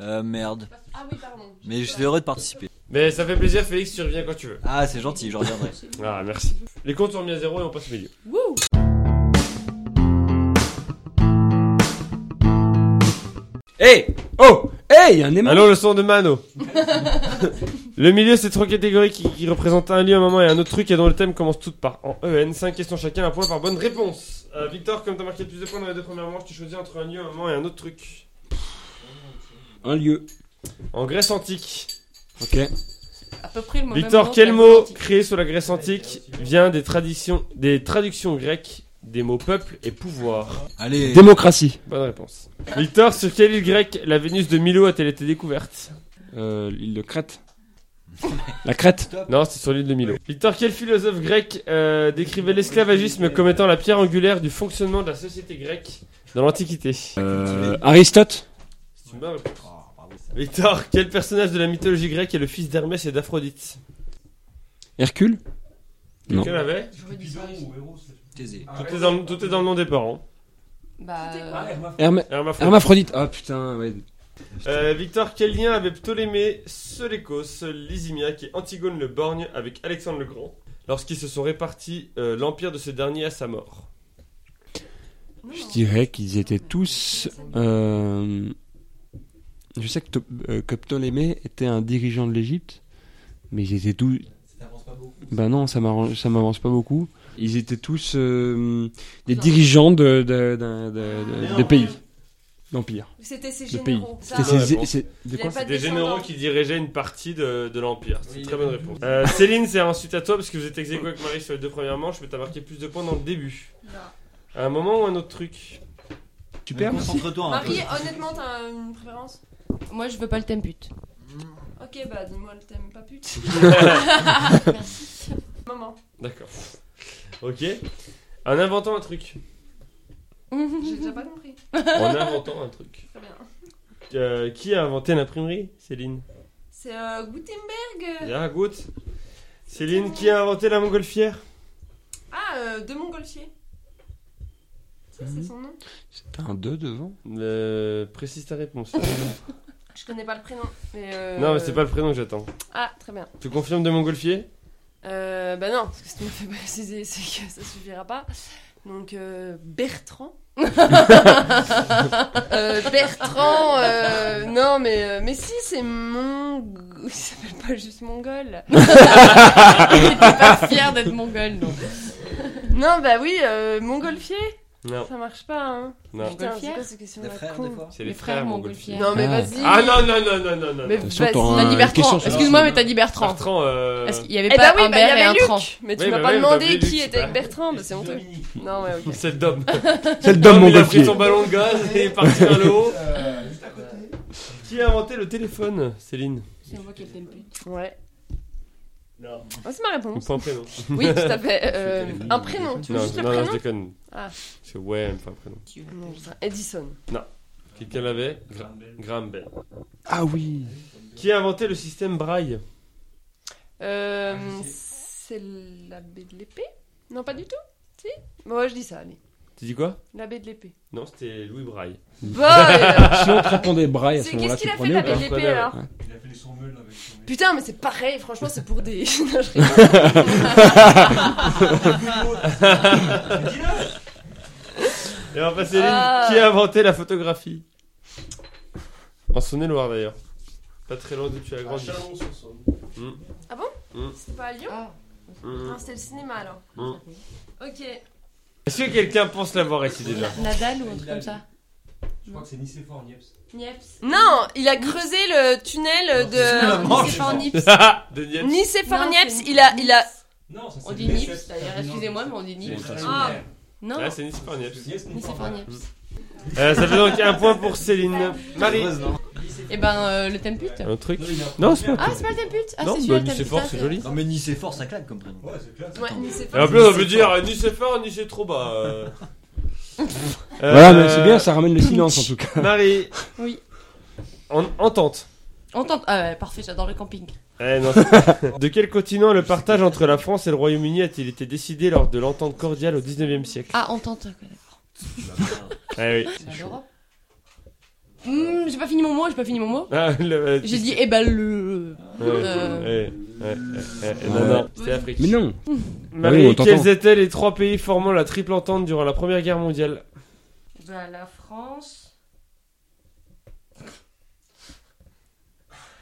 Euh, merde.
Ah oui, pardon.
Mais je suis heureux de participer.
Mais ça fait plaisir, Félix, tu reviens quand tu veux.
Ah, c'est gentil, je reviendrai.
Ah, merci. Les comptes sont remis à zéro et on passe au milieu.
Wouh
Hey Oh Hey Il y a un aimant
Allons, le son de Mano. le milieu, c'est trois catégories qui, qui représentent un lieu, un moment et un autre truc et dont le thème commence toutes par en EN. Cinq questions chacun, un point par bonne réponse. Euh, Victor, comme t'as marqué le plus de points dans les deux premières manches, tu choisis entre un lieu, un moment et un autre truc.
Un lieu.
En Grèce antique.
Ok.
À peu près le mot.
Victor, quel mot créé sur la Grèce antique vient des traditions, des traductions grecques des mots peuple et pouvoir
Allez.
Démocratie.
Bonne réponse. Victor, sur quelle île grecque la Vénus de Milo a-t-elle été découverte
Euh, l'île de Crète. La Crète.
Non, c'est sur l'île de Milo. Victor, quel philosophe grec euh, décrivait l'esclavagisme comme étant la pierre angulaire du fonctionnement de la société grecque dans l'Antiquité
Euh, Aristote.
C'est une bonne réponse.
Oh, bravo.
Victor, quel personnage de la mythologie grecque est le fils d'Hermès et d'Aphrodite
Hercule. Non.
Quelqu'un l'avait
Cupidon ou Héros c'est-
Taisez.
Ah,
tout est, dans, le- tout est dans le nom des parents.
Bah.
Ah,
euh,
Hermaphrodites.
Herme-
Hermaphrodite.
Hermaphrodite. Ah putain, ouais.
Euh, Victor, quel lien avait Ptolémée, Sélécos, Lysimia et Antigone le Borgne avec Alexandre le Grand lorsqu'ils se sont répartis euh, l'empire de ce dernier à sa mort
Je dirais qu'ils étaient tous. euh, Je sais que, Pto- euh, que Ptolémée était un dirigeant de l'Égypte, mais ils étaient tous.
Ça avance pas beaucoup.
Ben non, ça m'arrange- ça m'avance pas beaucoup. Ils étaient tous euh, des dirigeants de, de- d'un- de- de- des pays. l'Empire.
C'était ses
Le pays.
généraux.
C'était
c'est-
Ça,
Bonne
ses-
réponse.
c'est- de
Il
quoi
avait pas de
Des généraux
descendants.
qui dirigeaient une partie de, de l'Empire. C'est
Oui,
une très
il y a
bonne
eu
réponse. Euh, Céline, c'est un suite à toi parce que vous êtes ex aequo avec Marie sur les deux premières manches, mais t'as marqué plus de points dans le début. À un moment ou un autre truc
Tu perds aussi
Concentre-toi un peu.
Marie, honnêtement, t'as une préférence
Moi, je veux pas le thème pute.
Ok, bah dis-moi le thème, pas pute. Maman.
D'accord. Ok. En inventant un truc.
J'ai déjà pas compris.
En inventant un truc.
Très bien.
Euh, qui a inventé l'imprimerie Céline
C'est euh,
euh,
Gutenberg.
Ah, good. Céline, qui a inventé la montgolfière
Ah, euh, de Montgolfier. Ça,
Hmm.
c'est son nom.
T'as un 2 devant
Euh, Précise ta réponse.
Je connais pas le prénom.
Mais, euh,
Non, mais c'est pas le prénom que j'attends.
Ah, très bien.
Tu confirmes de montgolfier
Euh, bah non, parce que si tu me fais pas préciser, c'est que ça suffira pas. Donc, euh, Bertrand. Euh, Bertrand, euh, non mais euh, mais si c'est mon, il s'appelle pas juste Mongol.
J'étais pas fière d'être mongole, non.
Non bah oui, euh, Mongolfier,
Non,
ça marche pas. Hein.
non.
Putain, c'est
Montgolfière
quoi ces questions
Des
là
frères,
con.
des fois.
C'est
Les frères montgolfiers.
Non mais
Ah.
vas-y. Ah,
Ah non, non, non, non, non, non.
Mais
non.
Attention,
vas-y.
t'auras
T'as
un-
dit
une
Bertrand.
question sur-
Excuse-moi, mais t'as dit Bertrand.
Bertrand, euh...
Est-ce qu'il y avait
Eh
pas
bah oui,
un
bah, il y
Bert et un
avait
Tran
Luc. Mais tu
Oui,
m'as
bah
pas
oui, on a
demandé
oublié Luc,
qui
c'est
était
pas-
Bertrand, bah, c'est honteux.
Dominique.
Non mais ok.
C'est le Dom.
C'est le
Dom,
dom, mon
il a pris
golfier.
son ballon de gaz et il est parti vers le haut.
Euh, juste à côté.
Qui a inventé le téléphone, Céline
C'est moi qui ai le thème pute.
Ouais.
Non.
Oh, c'est ma
Ou
réponse.
pas un prénom
Oui, tout à fait. euh, un prénom, tu veux
Non,
juste le
non, non, je
prénom
déconne.
Ah.
C'est ouais, enfin un prénom.
Non, putain, Edison.
Quelqu'un l'avait Gra- Graham Bell.
Ah oui
Qui a inventé le système Braille
Euh,
Ah, je
c'est l'abbé de l'épée Non, pas du tout Si Bon, ouais, je dis ça, allez.
Tu dis quoi Ah,
L'abbé de l'épée.
Non, c'était Louis Braille.
Bon, euh,
Si on te répondait braille à
c'est-
ce moment-là,
Qu'est-ce
tu
qu'il
le
a fait
pas
l'abbé
prenais ou
de
Je
l'épée
prenais,
alors
Il a fait les sourmeules avec son
Putain, mais c'est pareil, franchement, c'est pour des. Non, je rigole.
Et enfin, Céline,
Ah.
qui a inventé la photographie En Saône-et-Loire d'ailleurs. Pas très loin d'où tu as
Ah,
grandi.
Chalon-sur-Saône.
C'est pas à Lyon
Ah.
Mm.
Non, c'était le cinéma alors.
Mm.
Ok.
Est-ce que quelqu'un pense l'avoir ici déjà
Nadal ou un truc comme ça
Je
Mm.
crois que c'est Nicéphore, Niepce.
Niepce.
non, il a creusé le tunnel
la
de.
manche.
Euh, C'est pas en Niepce.
De Niepce.
Nice et
Non,
Fornieps,
c'est-
il a. Il a...
Non, ça c'est
On dit
Niepce.
Niepce d'ailleurs, excusez-moi, mais on dit Niepce.
C'est-
Ah.
Non,
Ah, c'est Nice par Niepce.
Nicéphore Niepce.
Euh, ça fait donc un point pour Céline. Marie.
Heureusement.
Eh ben, euh, le thème pute.
Un truc Non,
Non,
c'est pas-
Ah, c'est pas le thème pute Ah,
Non,
c'est
bah,
celui-là, le thème
Nicéphore,
pute.
c'est joli.
Non, mais Nice est fort, ça claque comme prénom.
Ouais, c'est clair.
Ouais, mais
Ah,
c'est
Et en
pas.
plus, on peut dire euh, ni c'est fort, ni c'est trop bas. euh. Euh,
Voilà, mais c'est bien, ça ramène le silence en tout cas.
Marie.
Oui.
En, entente.
Entente. Ah, ouais, parfait, j'adore le camping.
Eh, non, c'est- de quel continent le partage entre la France et le Royaume-Uni a-t-il été décidé lors de l'entente cordiale au 19e siècle
Ah, entente. ok, d'accord.
Eh oui.
C'est l'Europe. Hmm, j'ai pas fini mon mot, j'ai pas fini mon mot.
Ah, le-
J'ai dit, eh ben, le.
Ouais,
euh,
ouais, ouais, ouais, ouais. Non, non, c'était l'Afrique.
Mais non
Marie,
Oui, on t'entend.
quels étaient les trois pays formant la triple entente durant la Première Guerre mondiale
Bah, la France.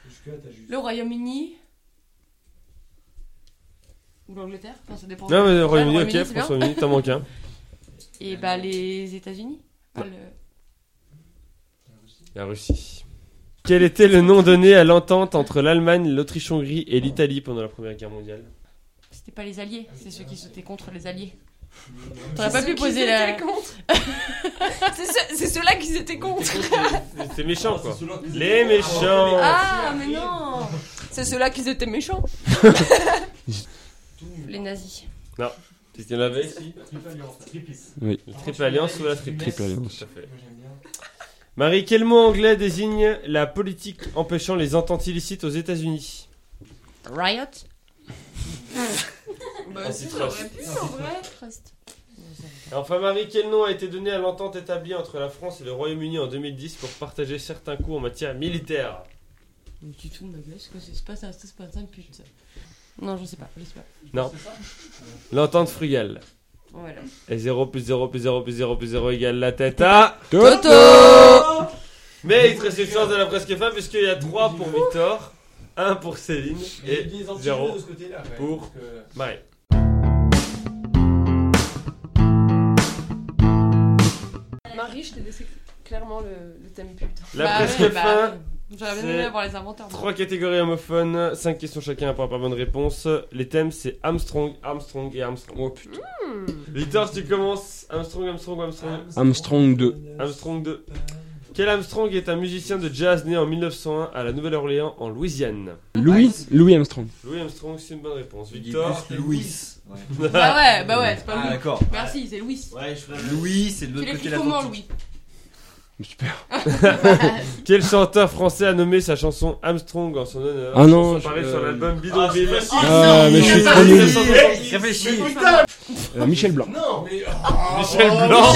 Jusque-là, t'as juste.
Le Royaume-Uni. Ou l'Angleterre Enfin, ça dépend.
Non, mais le Royaume-Uni,
Ouais,
ok,
c'est bien.
François Uni, t'en manques un.
Et bah, les États-Unis. Enfin, le-
La Russie. Quel était le nom donné à l'entente entre l'Allemagne, l'Autriche-Hongrie et l'Italie pendant la Première Guerre mondiale
C'était pas les
Ah
Alliés, c'est ceux qui étaient contre les Alliés.
C'est
T'aurais pas
ceux
pu
qui
poser
étaient
la.
contre. Ah, c'est ceux- c'est ceux-là qui étaient contre.
C'est méchant, quoi.
C'est ceux-là qui-
Les méchants
Ah, mais non
C'est ceux-là qui étaient méchants.
Tout nul.
Les nazis.
Parce qu'il y en avait ici.
Triple alliance, triplice.
Oui.
La triple alliance ou l'Afrique
Triple alliance.
Tout à fait.
Moi, j'aime bien.
Marie, quel mot anglais désigne la politique empêchant les ententes illicites aux États-Unis
Riot
Bah, si, j'aurais pu en vrai.
Et Enfin, Marie, quel nom a été donné à l'entente établie entre la France et le Royaume-Uni en 2010 pour partager certains coûts en matière militaire
Mais tu te fous de ma gueule, c'est quoi ça se passe C'est pas un sale pute. ça. Non, je sais pas, je sais pas.
L'entente frugale.
Voilà.
Et 0 plus 0 plus 0 plus 0 plus 0 égale la tête à... Mais il te reste une chance de la presque fin puisqu'il y a 3 pour Victor, 1 pour Céline
Mais
et Bah
il y a des anti-jeux
0
de ce côté-là, quand même,
pour- euh,
parce que-
Marie.
Marie, je t'ai laissé. clairement le, le thème pute.
La
Bah
presque
ouais, bah
fin.
ouais. J'aurais bien
c'est-
aimé avoir les inventeurs. moi.
Trois catégories homophones, cinq questions chacun, un point par bonne réponse. Les thèmes c'est Armstrong, Armstrong et Armstrong. Oh putain.
Hmm.
Victor, si tu commences. Armstrong, Armstrong, Armstrong.
Armstrong 2.
Armstrong 2. Quel Armstrong est un musicien de jazz né en 1901 à la Nouvelle-Orléans en Louisiane
Louis, Louis Armstrong.
Louis Armstrong, c'est une bonne réponse. Victor,
Louis. Ouais.
Bah ouais, bah ouais, c'est pas
Ah,
Louis.
d'accord.
Merci, c'est Louis.
Ouais, je Louis, c'est de
Tu
l'autre côté de
l'écris
la
comment, Louis
Super.
Quel chanteur français a nommé sa chanson Armstrong en son honneur
Ah non,
Chanson parue
je-
sur l'album
Ah, c'est
Bidonville.
facile. Eh,
Ah, mais je suis trop nul.
Réfléchis, réfléchis.
Euh, Michel Blanc.
Non, mais.
Michel Blanc.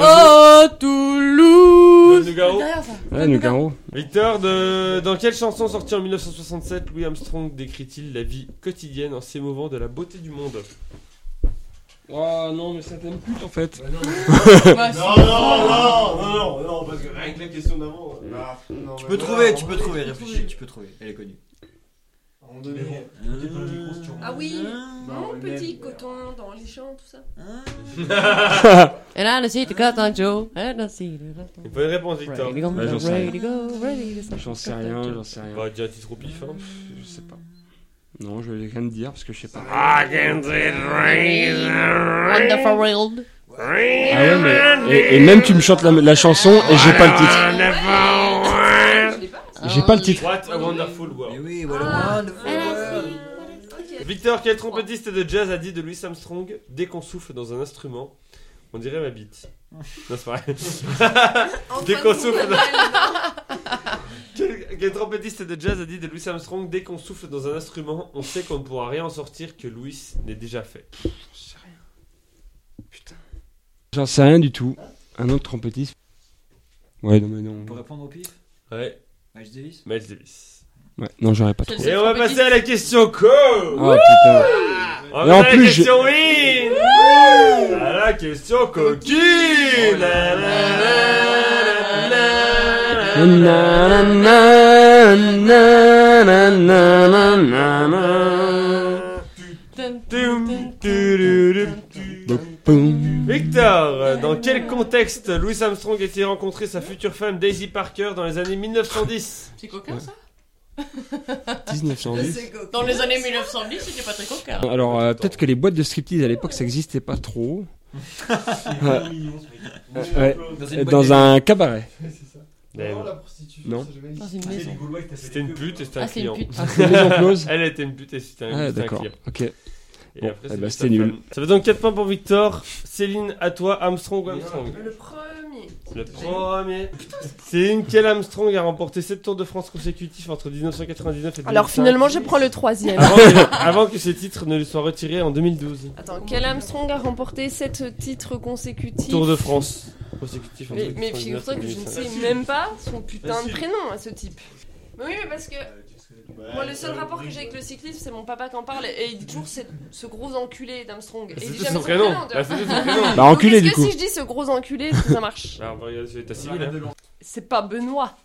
Oh, Toulouse
Nougaro.
Derrière ça.
Ouais, Nougaro.
Victor, de... dans quelle chanson sortie en 1967 Louis Armstrong décrit-il la vie quotidienne en s'émouvant de la beauté du monde
Oh non, mais ça t'aime plus en fait.
Bah, si.
Oh
Non, non, non, non, non, non, parce que rien que la question d'avant.
Tu peux trouver, tu peux trouver, réfléchis, tu peux trouver. Elle est connue.
Ah oui.
Bah,
Mon
ouais,
petit
même.
coton dans les champs, tout ça.
And I see the cotton Joe, eh, and I see the cotton-
Bonne réponse, Victor.
Ready to go,
Ouais, j'en sais rien.
ready to go, ready to go.
J'en sais rien, j'en sais rien.
Bah, déjà titre au pif. Hein.
Je sais pas. Non, je vais rien te dire parce que je sais pas.
Wonderful world.
Ah ouais, mais. Et, et même tu me chantes la, la chanson et j'ai pas
Je
le titre.
l'ai pas.
J'ai pas le titre.
What a wonderful world.
Mais oui, voilà. Ah,
Ok.
Victor, quel trompettiste de jazz a dit de Louis Armstrong Dès qu'on souffle dans un instrument, on dirait ma bite. Non, c'est pas vrai.
Antoine
Dès qu'on souffle dans...
Bourgogne.
Quel, quel trompettiste de jazz a dit de Louis Armstrong Dès qu'on souffle dans un instrument, on sait qu'on ne pourra rien en sortir que Louis n'est déjà fait.
J'en sais rien du tout. Un autre trompettiste. Ouais, non, mais non.
On peut répondre au pif
Ouais,
Miles Davis
Miles Davis.
Ouais, non, j'aurais pas trouvé.
Et on va passer à la question co
Ah putain.
On
Et
va
en
passer à la
plus,
question win À la question coquine La, la, la, la, la, la, la, la,
Na,
la.
na, na, na, na, na, na, na.
Tum, tururum, tu.
Boum, boum.
Victor, euh, dans quel contexte Louis Armstrong a-t-il rencontré sa future femme Daisy Parker dans les années 1910
C'est coquin ça
1910.
Dans les années 1910, c'était pas très coquin.
Alors, euh, peut-être que les boîtes de striptease à l'époque, ça n'existait pas trop.
C'est mignon, ce mec.
Ouais.
Dans
Et Dans un cabaret.
Non,
la prostitution.
Non.
Dans Ah, une
C'est les
maison.
Gaulois qui t'appellent
C'était une
les queues,
pute et c'était un
Ah, c'est une
client.
pute.
Une maison close.
Elle était une pute et c'était un,
Ah,
c'était un
d'accord.
client.
Ok.
Et
Bon,
après,
eh
c'est
ben,
juste
c'était
la
nul.
femme. Ça fait donc 4 points pour Victor. Céline, à toi, Armstrong ou Armstrong
Le premier.
Le premier. Céline, quel Armstrong a remporté 7 Tours de France consécutifs entre 1999 et 2005
Alors finalement, je prends le troisième.
Avant que, avant que ces titres ne lui soient retirés en 2012.
Attends, quel Armstrong a remporté 7 titres consécutifs
Tour de France consécutif entre
Mais, mais
1999
figure-toi que je ne
2005.
sais même pas son putain de
Facile.
prénom à ce type.
Mais oui, mais parce que
Ouais,
Moi, le seul
euh,
rapport que j'ai avec le cyclisme, c'est mon papa qui en parle et il dit toujours c'est ce gros enculé d'Armstrong. Et il
C'est
dit
tout
jamais hein.
son prénom.
de-
Bah, c'est tout son prénom.
Bah,
Donc,
enculé
est-ce
du
que
coup.
si je dis ce gros enculé, est-ce que ça marche
Alors, on va regarder sur l'état
on
civil.
bah,
arrête
hein.
de lancer.
C'est pas Benoît.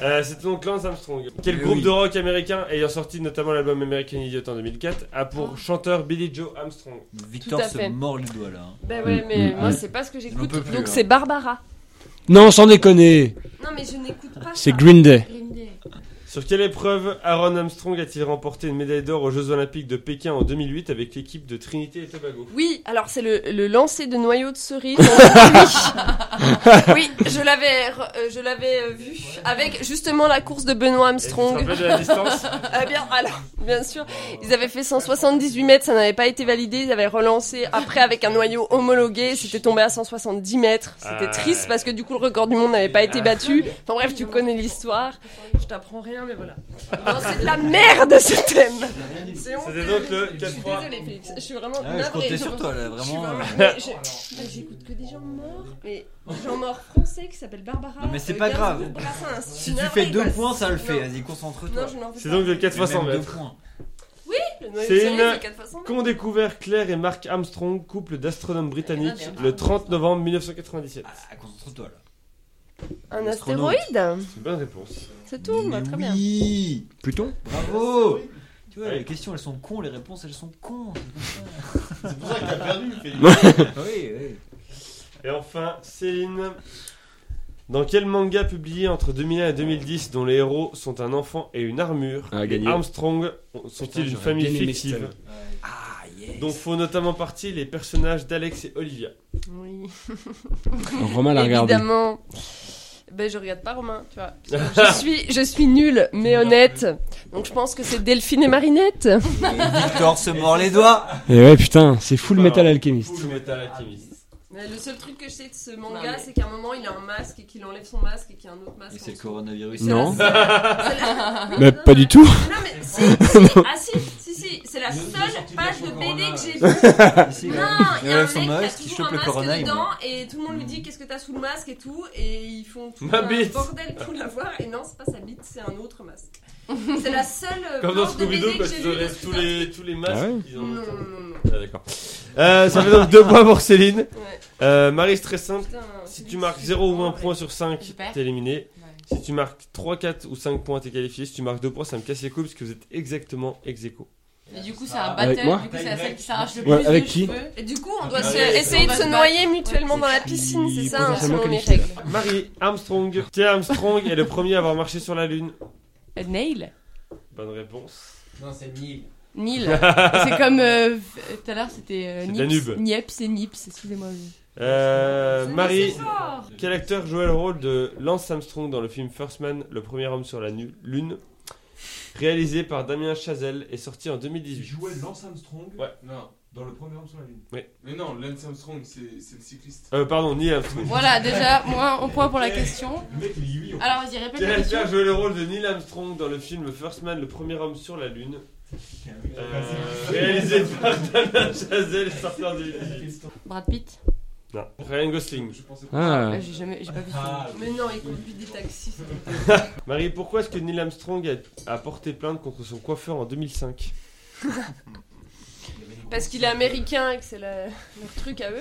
Euh, C'était donc Lance Armstrong. Quel
Mais
groupe
oui.
de rock américain, ayant sorti notamment l'album American Idiot en 2004, a pour chanteur Billy Joe Armstrong
Victor
Tout à
se
fait.
mord les doigts là. hein.
Ben
ouais,
ouais,
Mm, mais
mais
mm, moi,
moi,
mm.
c'est pas ce que
j'écoute.
j'écoute.
peux plus,
Donc
Donc, hein.
c'est
c'est
Barbara.
Non, sans déconner.
non, mais je n'écoute pas.
C'est
ça.
Green Day.
Green Day.
Sur quelle épreuve Aaron Armstrong a-t-il remporté une médaille d'or aux Jeux Olympiques de Pékin en 2008 avec l'équipe de Trinité et Tobago
Oui, alors c'est le, le lancer de noyaux de cerise. en Australie. oui, je l'avais re- euh, je l'avais euh, vu avec justement la course de Benoît
Et
Armstrong.
Tu te rappelles de la distance
Ah, bien, alors, bien sûr, ils avaient fait 178 mètres, ça n'avait pas été validé, ils avaient relancé après avec un noyau homologué, c'était tombé à 170 mètres.
Ah.
C'était triste parce que du coup le record du monde n'avait pas été battu. Enfin bref, tu connais l'histoire. Je t'apprends rien, mais voilà. Non, c'est de la merde ce thème. C'est honte.
C'était donc le
Je suis
4-3.
désolée Félix, je suis vraiment
Ah, je
navrée.
comptais sur toi là,
Je suis
vraiment.
vraiment-
euh.
mais je- mais J'écoute que des gens morts, mais des gens morts français qui s'appellent Barbara.
Non, mais c'est
euh,
pas
Gainsbourg,
grave.
Brassens. Je suis
Si tu
navrée,
fais deux
quoi.
points, ça le
Non,
fait. Vas-y, concentre-toi.
Non, je n'en fais
C'est
pas.
donc le
Mais même
400
deux
mètres.
points.
Le noyau de
C'est
cerise,
une-
c'est 400 mètres.
Qu'ont découvert Claire et Mark Armstrong, couple d'astronomes britanniques,
Ah,
le 30 novembre 1997
Ah, concentre-toi là.
Un
Un astronaute.
astéroïde
C'est une bonne réponse.
C'est tout, bah, très bien.
Oui
Pluton
Bravo Tu vois,
Ouais.
les questions elles sont cons, les réponses elles sont cons.
C'est pour ça que t'as perdu, Félix.
Ah oui, oui.
Et enfin, Céline. Dans quel manga publié entre 2001 et 2010 dont les héros sont un enfant et une armure,
Ah,
les
gagné.
Armstrong sont-ils une famille fictive
Ah, yes.
dont font notamment partie les personnages d'Alex et Olivia
Oui.
Romain l'a regardé.
Évidemment. Ben, je regarde pas Romain, tu vois. Je suis, je suis nulle, mais honnête. Donc je pense que c'est Delphine et Marinette.
Et Victor se mord les doigts.
Et Eh ouais, putain, c'est full
Bah,
metal alchimiste.
Full Metal Alchemist.
Mais le seul truc que je sais de ce
manga,
manga,
c'est
c'est qu'à un moment il a un masque et qu'il enlève son masque et qu'il y a un autre masque.
Et c'est le coronavirus.
Non.
Mais
Ah.
Bah, pas du tout.
Non mais si, si, ah si, si, si, c'est la
Ils ont
seule
sorti
page
des
de
faux
BD que
corona,
j'ai
ouais.
vue.
Ici,
Non,
ouais.
il y
Il
a un
enlève son
mec
masque,
qui
il
a
chope
toujours
le
un
corona,
masque
il
dedans et tout le monde lui dit qu'est-ce que t'as sous le masque et tout et ils font tout
Ma
un
bite.
bordel pour l'avoir et non c'est pas sa bite c'est un autre masque. C'est la seule euh,
Comme dans
planche de
Scooby-Doo,
BD que
quand
j'ai
ils
vue de
enlèvent
ce
tous
putain.
les, tous les masques.
Ah ouais
ils en
Non
ont-
non non non, non.
Ah, d'accord. Euh, ça fait donc deux points pour Céline.
Ouais.
Euh, Marie, c'est très simple.
Putain,
Si
c'est
tu marques 0 ou 1
ouais.
point sur 5,
Super.
t'es éliminé.
Ouais.
Si tu marques 3, 4 ou 5 points, t'es qualifié. Si tu marques 2 points, ça me casse les couilles parce que vous êtes exactement ex aequo.
Et du coup, c'est un
Avec
battle.
moi
Du coup, c'est à celle qui s'arrache le plus.
Ouais, avec
de
qui
cheveux.
Et du coup
Ah,
on doit
Ouais,
se
ouais,
Essayer de
on va
se
se
noyer mutuellement
Ouais,
dans la
c'est
piscine,
ça.
c'est ça, hein,
Potentiellement
selon les
qualifié,
règles.
Marie Armstrong. T. Armstrong est le premier à avoir marché sur la Lune.
Euh, Nail.
Bonne réponse.
Non, c'est Neil.
Neil. c'est comme. euh, v- Tout à l'heure, c'était. euh,
C'est
Nips.
Danube.
Nips et Nips, excusez-moi.
Euh, Marie,
fort.
quel acteur jouait le rôle de Lance Armstrong dans le film First Man, le premier homme sur la nu- Lune Réalisé par Damien Chazelle et sorti en
Il
2018.
jouait Lance Armstrong
Ouais.
Non, dans le premier homme sur la Lune.
Oui.
Mais non, Lance Armstrong, c'est c'est le cycliste.
Euh, pardon, Neil Armstrong.
Voilà, déjà, moi, on point pour la question.
Le mec, il est huit, en fait.
Alors, vas-y, répète
Quel
la question.
acteur jouait le rôle de Neil Armstrong dans le film First Man, le premier homme sur la Lune Euh, réalisé par Damien Chazelle, sorti en 2018.
Brad Pitt.
Non, Ryan Gosling.
Je pensais
Ah,
Euh, J'ai jamais, j'ai pas vu. ce film.
Ah,
Mais non il conduit des taxis.
Marie, pourquoi est-ce que Neil Armstrong a, a porté plainte contre son coiffeur en 2005
Parce qu'il est américain et que c'est la- leur truc à eux.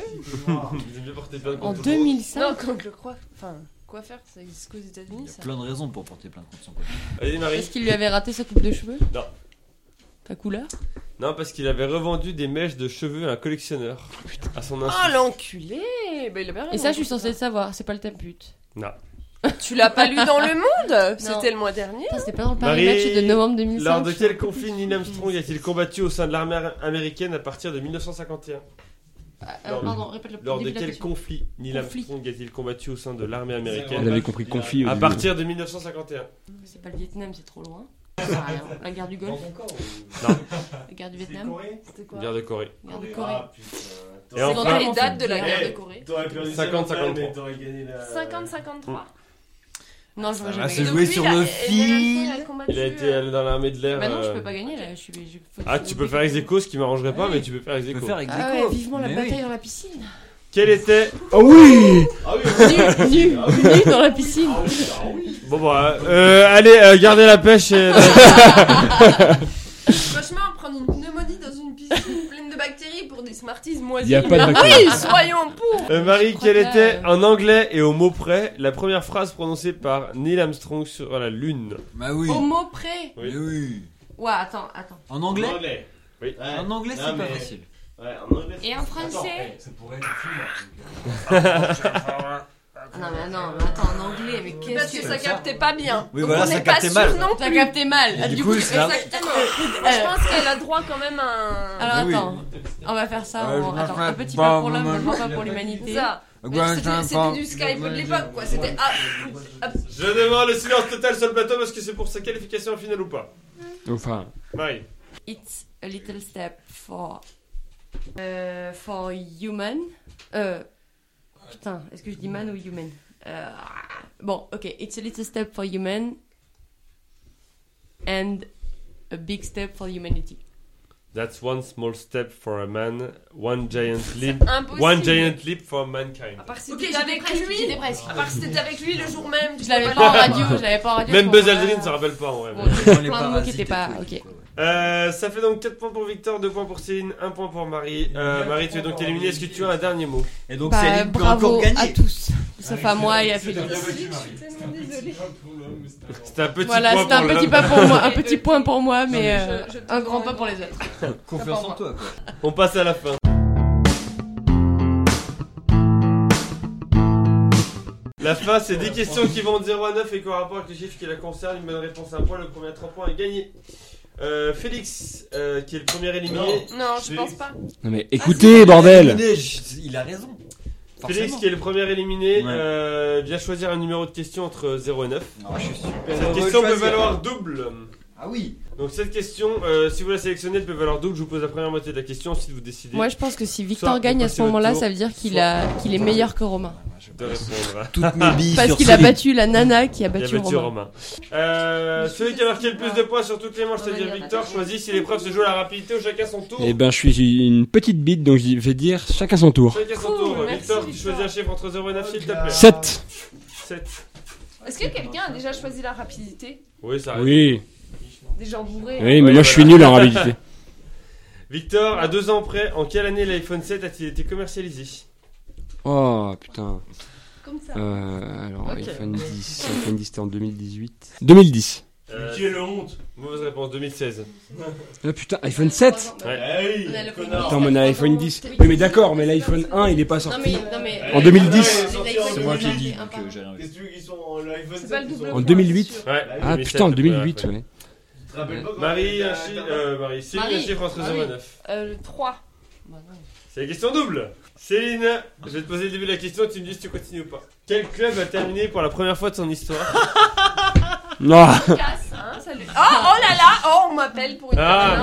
Ils aiment bien porter plainte
En
contre eux.
2005.
Non, quand le croix. Enfin, quoi faire Ça existe qu'aux
Il
États-Unis,
y a
ça.
plein de raisons pour porter plainte contre son copain.
Vas-y, Marie.
Parce qu'il lui avait raté sa coupe de cheveux
Non.
Ta couleur
Non, parce qu'il avait revendu des mèches de cheveux à un collectionneur. À son insu.
Oh l'enculé Bah, il a bien
Et
raison.
ça, je suis censée le savoir, c'est pas le thème pute.
Tu l'as pas lu dans Le Monde
Non.
C'était le mois dernier.
Putain, c'était pas dans le
Marie,
Paris Match de novembre 2005.
Lors de
je
quel
sais pas.
conflit Neil Armstrong a-t-il combattu au sein de l'armée américaine à partir de 1951
Euh, pardon, répète le
Lors de
début la
quel
question.
conflit Neil
Conflit.
Armstrong a-t-il combattu au sein de l'armée
elle
américaine
avait compris confit. au
à
début.
partir de 1951
C'est pas le Vietnam, c'est trop loin. Ça sert à rien. La guerre du Golfe, la guerre du Vietnam,
C'était quoi
Guerre de Corée.
la guerre de Corée.
Ah,
Et
C'est
enfin-
dans
Dans
quel
les
conflit
dates de la guerre de
Eh.
Corée.
T'aurais perdu
50-53.
mais t'aurais gagné la.
50-53.
Non, je vois
va,
jamais.
c'est
gagné.
joué sur le
fil.
Il a
euh,
été allé dans l'armée de l'air.
Bah non, je peux
euh,
pas gagner là. Je suis. je- faut-
Ah,
faut-
tu peux faire ex aequo, ce qui m'arrangerait pas, mais tu peux faire ex
Tu peux
aequo.
faire avec
Ah ouais, vivement la bataille dans la piscine.
Quel était.
Oh oui
Ah oui,
Nu, nu, nu dans la piscine.
ah oui, ah oui.
Bon, bah, euh, allez, euh, gardez la pêche. et-
Franchement, prendre une pneumonie dans une piscine pleine de bactéries pour des Smarties
Il
moisies.
n'y a pas de
Ah, Oui,
vacances.
soyons pour
Euh, Marie,
Je crois
quelle
que là,
était
euh,
en anglais et au mot près la première phrase prononcée par Neil Armstrong sur la Lune
Bah oui.
Au mot près.
Mais oui.
Ouais, attends, attends.
En anglais
Oui.
Ouais.
En anglais,
Non,
c'est pas
mais-
facile.
Ouais, en anglais.
Et en français
eh, Ça pourrait être hein. un
Ah Non, mais non, mais attends, en anglais, mais
Parce
qu'est-ce
que
que
ça
ça.
captait pas bien.
Oui,
Donc
voilà,
on
ça
n'est pas
captait mal.
sûr non
T'as
plus.
capté mal.
Et
Ah,
du coup, c'est là-
Exactement.
Je pense qu'elle a droit quand même à un.
Alors
Mais Ah oui.
attends, on va faire ça.
Euh,
en-
je
attends,
m'arrête
un petit
pas,
pas pour l'homme, un
maman.
grand pas pour l'humanité.
Ça.
Mais C'était c'était du Skype de l'époque, quoi. C'était ah, hop,
Je demande le silence total sur le plateau parce que c'est pour sa qualification en finale ou pas.
Enfin,
Marie.
It's a little step for euh, for human. Euh, putain, est-ce que je dis man ou human Euh, Bon, ok. It's a little step for human and a big step for humanity.
That's one small step for a man, one giant leap,
Impossible.
one giant leap for mankind.
Ah,
À part si
Ok,
t'es
j'étais
avec
presque,
lui.
j'étais presque.
à part si t'étais avec lui le jour même. tu
Je l'avais
l'as
pas en radio, euh, je l'avais pas en radio.
Même
je
Buzz
comprends pas.
Aldrin ne se rappelle pas en vrai.
Bon, il y a plein de mots qui étaient pas. Ok.
Euh, ça fait donc 4 points pour Victor, 2 points pour Céline, 1 point pour Marie. Euh, Marie, tu es donc éliminée. Est-ce que tu as un dernier mot
Et donc,
Bah,
Céline peut encore
bravo à
gagner.
tous. Sauf à moi et à
C'est bien
Félix.
battu,
Je
Marie.
suis tellement désolée.
C'était un petit
Voilà,
point
c'était un
pour
petit
l'homme.
pas pour moi, un
Et
petit
eux.
point pour moi, mais
je-
euh,
je te
un grand
vois
pas pour
une-
les autres.
Confiance en toi, quoi.
On passe à la fin. La fin, c'est 10 questions qui vont de 0 à 9 et qui ont rapport avec les chiffres qui la concernent. Une bonne réponse à un point, le premier à 3 points est gagné. Euh, Félix, euh, qui est le premier éliminé.
Non.
Non, je pense pas.
Non mais
Ah,
écoutez, bordel
Venez, je- Il a raison.
Félix,
Forcément.
qui est le premier éliminé,
Ouais.
euh, vient choisir un numéro de question entre 0 et 9.
Ah, je suis super
Cette
heureux de
question peut
choisir.
valoir double.
Ah oui.
Donc cette question, euh, si vous la sélectionnez, elle peut valoir double. Je vous pose la première moitié de la question, si vous décidez
Moi, je pense que si
Victor
Victor
Soit gagne
gagne
vous à
à
ce
ce
passez votre moment-là,
moment-là,
tour. ça
ça veut dire qu'il est meilleur que Romain.
de répondre.
Toutes mes billes
Parce
sur
qu'il a
Céline.
battu la nana qui a
Il y
battu
avait Thio
Romain.
Romain. Euh, celui qui a marqué le plus de points sur toutes les manches, c'est-à-dire Victor, choisit si l'épreuve se joue à la rapidité ou chacun son tour.
Eh ben je suis une petite bite donc je vais dire chacun son tour.
Chacun son
Cool,
tour.
merci,
Victor, tu
Victor.
choisis un chiffre entre 0 et 9, s'il te plaît.
7
7.
Est-ce que quelqu'un a déjà choisi la rapidité
Oui, ça arrive.
Oui,
Des gens bourrés.
oui mais
Oui,
moi je suis
voilà.
nul en rapidité.
Victor, à deux ans près, en quelle année l'iPhone 7 a-t-il été commercialisé
Oh putain.
Comme ça.
Euh, alors
Ok.
iPhone 10, iPhone 10 c'était en 2018. 2010.
Euh,
Qui est le honte
Mauvaise réponse, 2016.
Ah putain, iPhone 7
Hey,
On a le
Eh connard.
Attends, mais on a l'iPhone 10. Oui, mais d'accord, mais l'iPhone 1, il est pas
Non,
sorti.
mais, non, mais. euh,
En 2010. C'est
moi qui ai dit,
Un
donc,
par un.
euh, j'ai rien vu.
Qu'est-ce que tu veux qu'ils sont en l'iPhone
C'est pas le
7 ils
double.
sont-
En 2008.
Ouais,
Ah
2007,
putain, en
le premier
2008,
iPhone.
ouais.
Tu te rappelles pas quand
Marie,
on était
un
à
chiffre,
Internet
euh, Marie, Céline,
Marie.
un chiffre entre
Ah
0 et
oui.
9.
Euh, le 3.
C'est la question double. Céline, je vais te poser le début de la question tu me dis si tu continues ou pas. Quel club a terminé pour la première fois de son histoire
Non
Casse, hein, salut. Oh, oh là là, oh, on m'appelle pour une
Ah,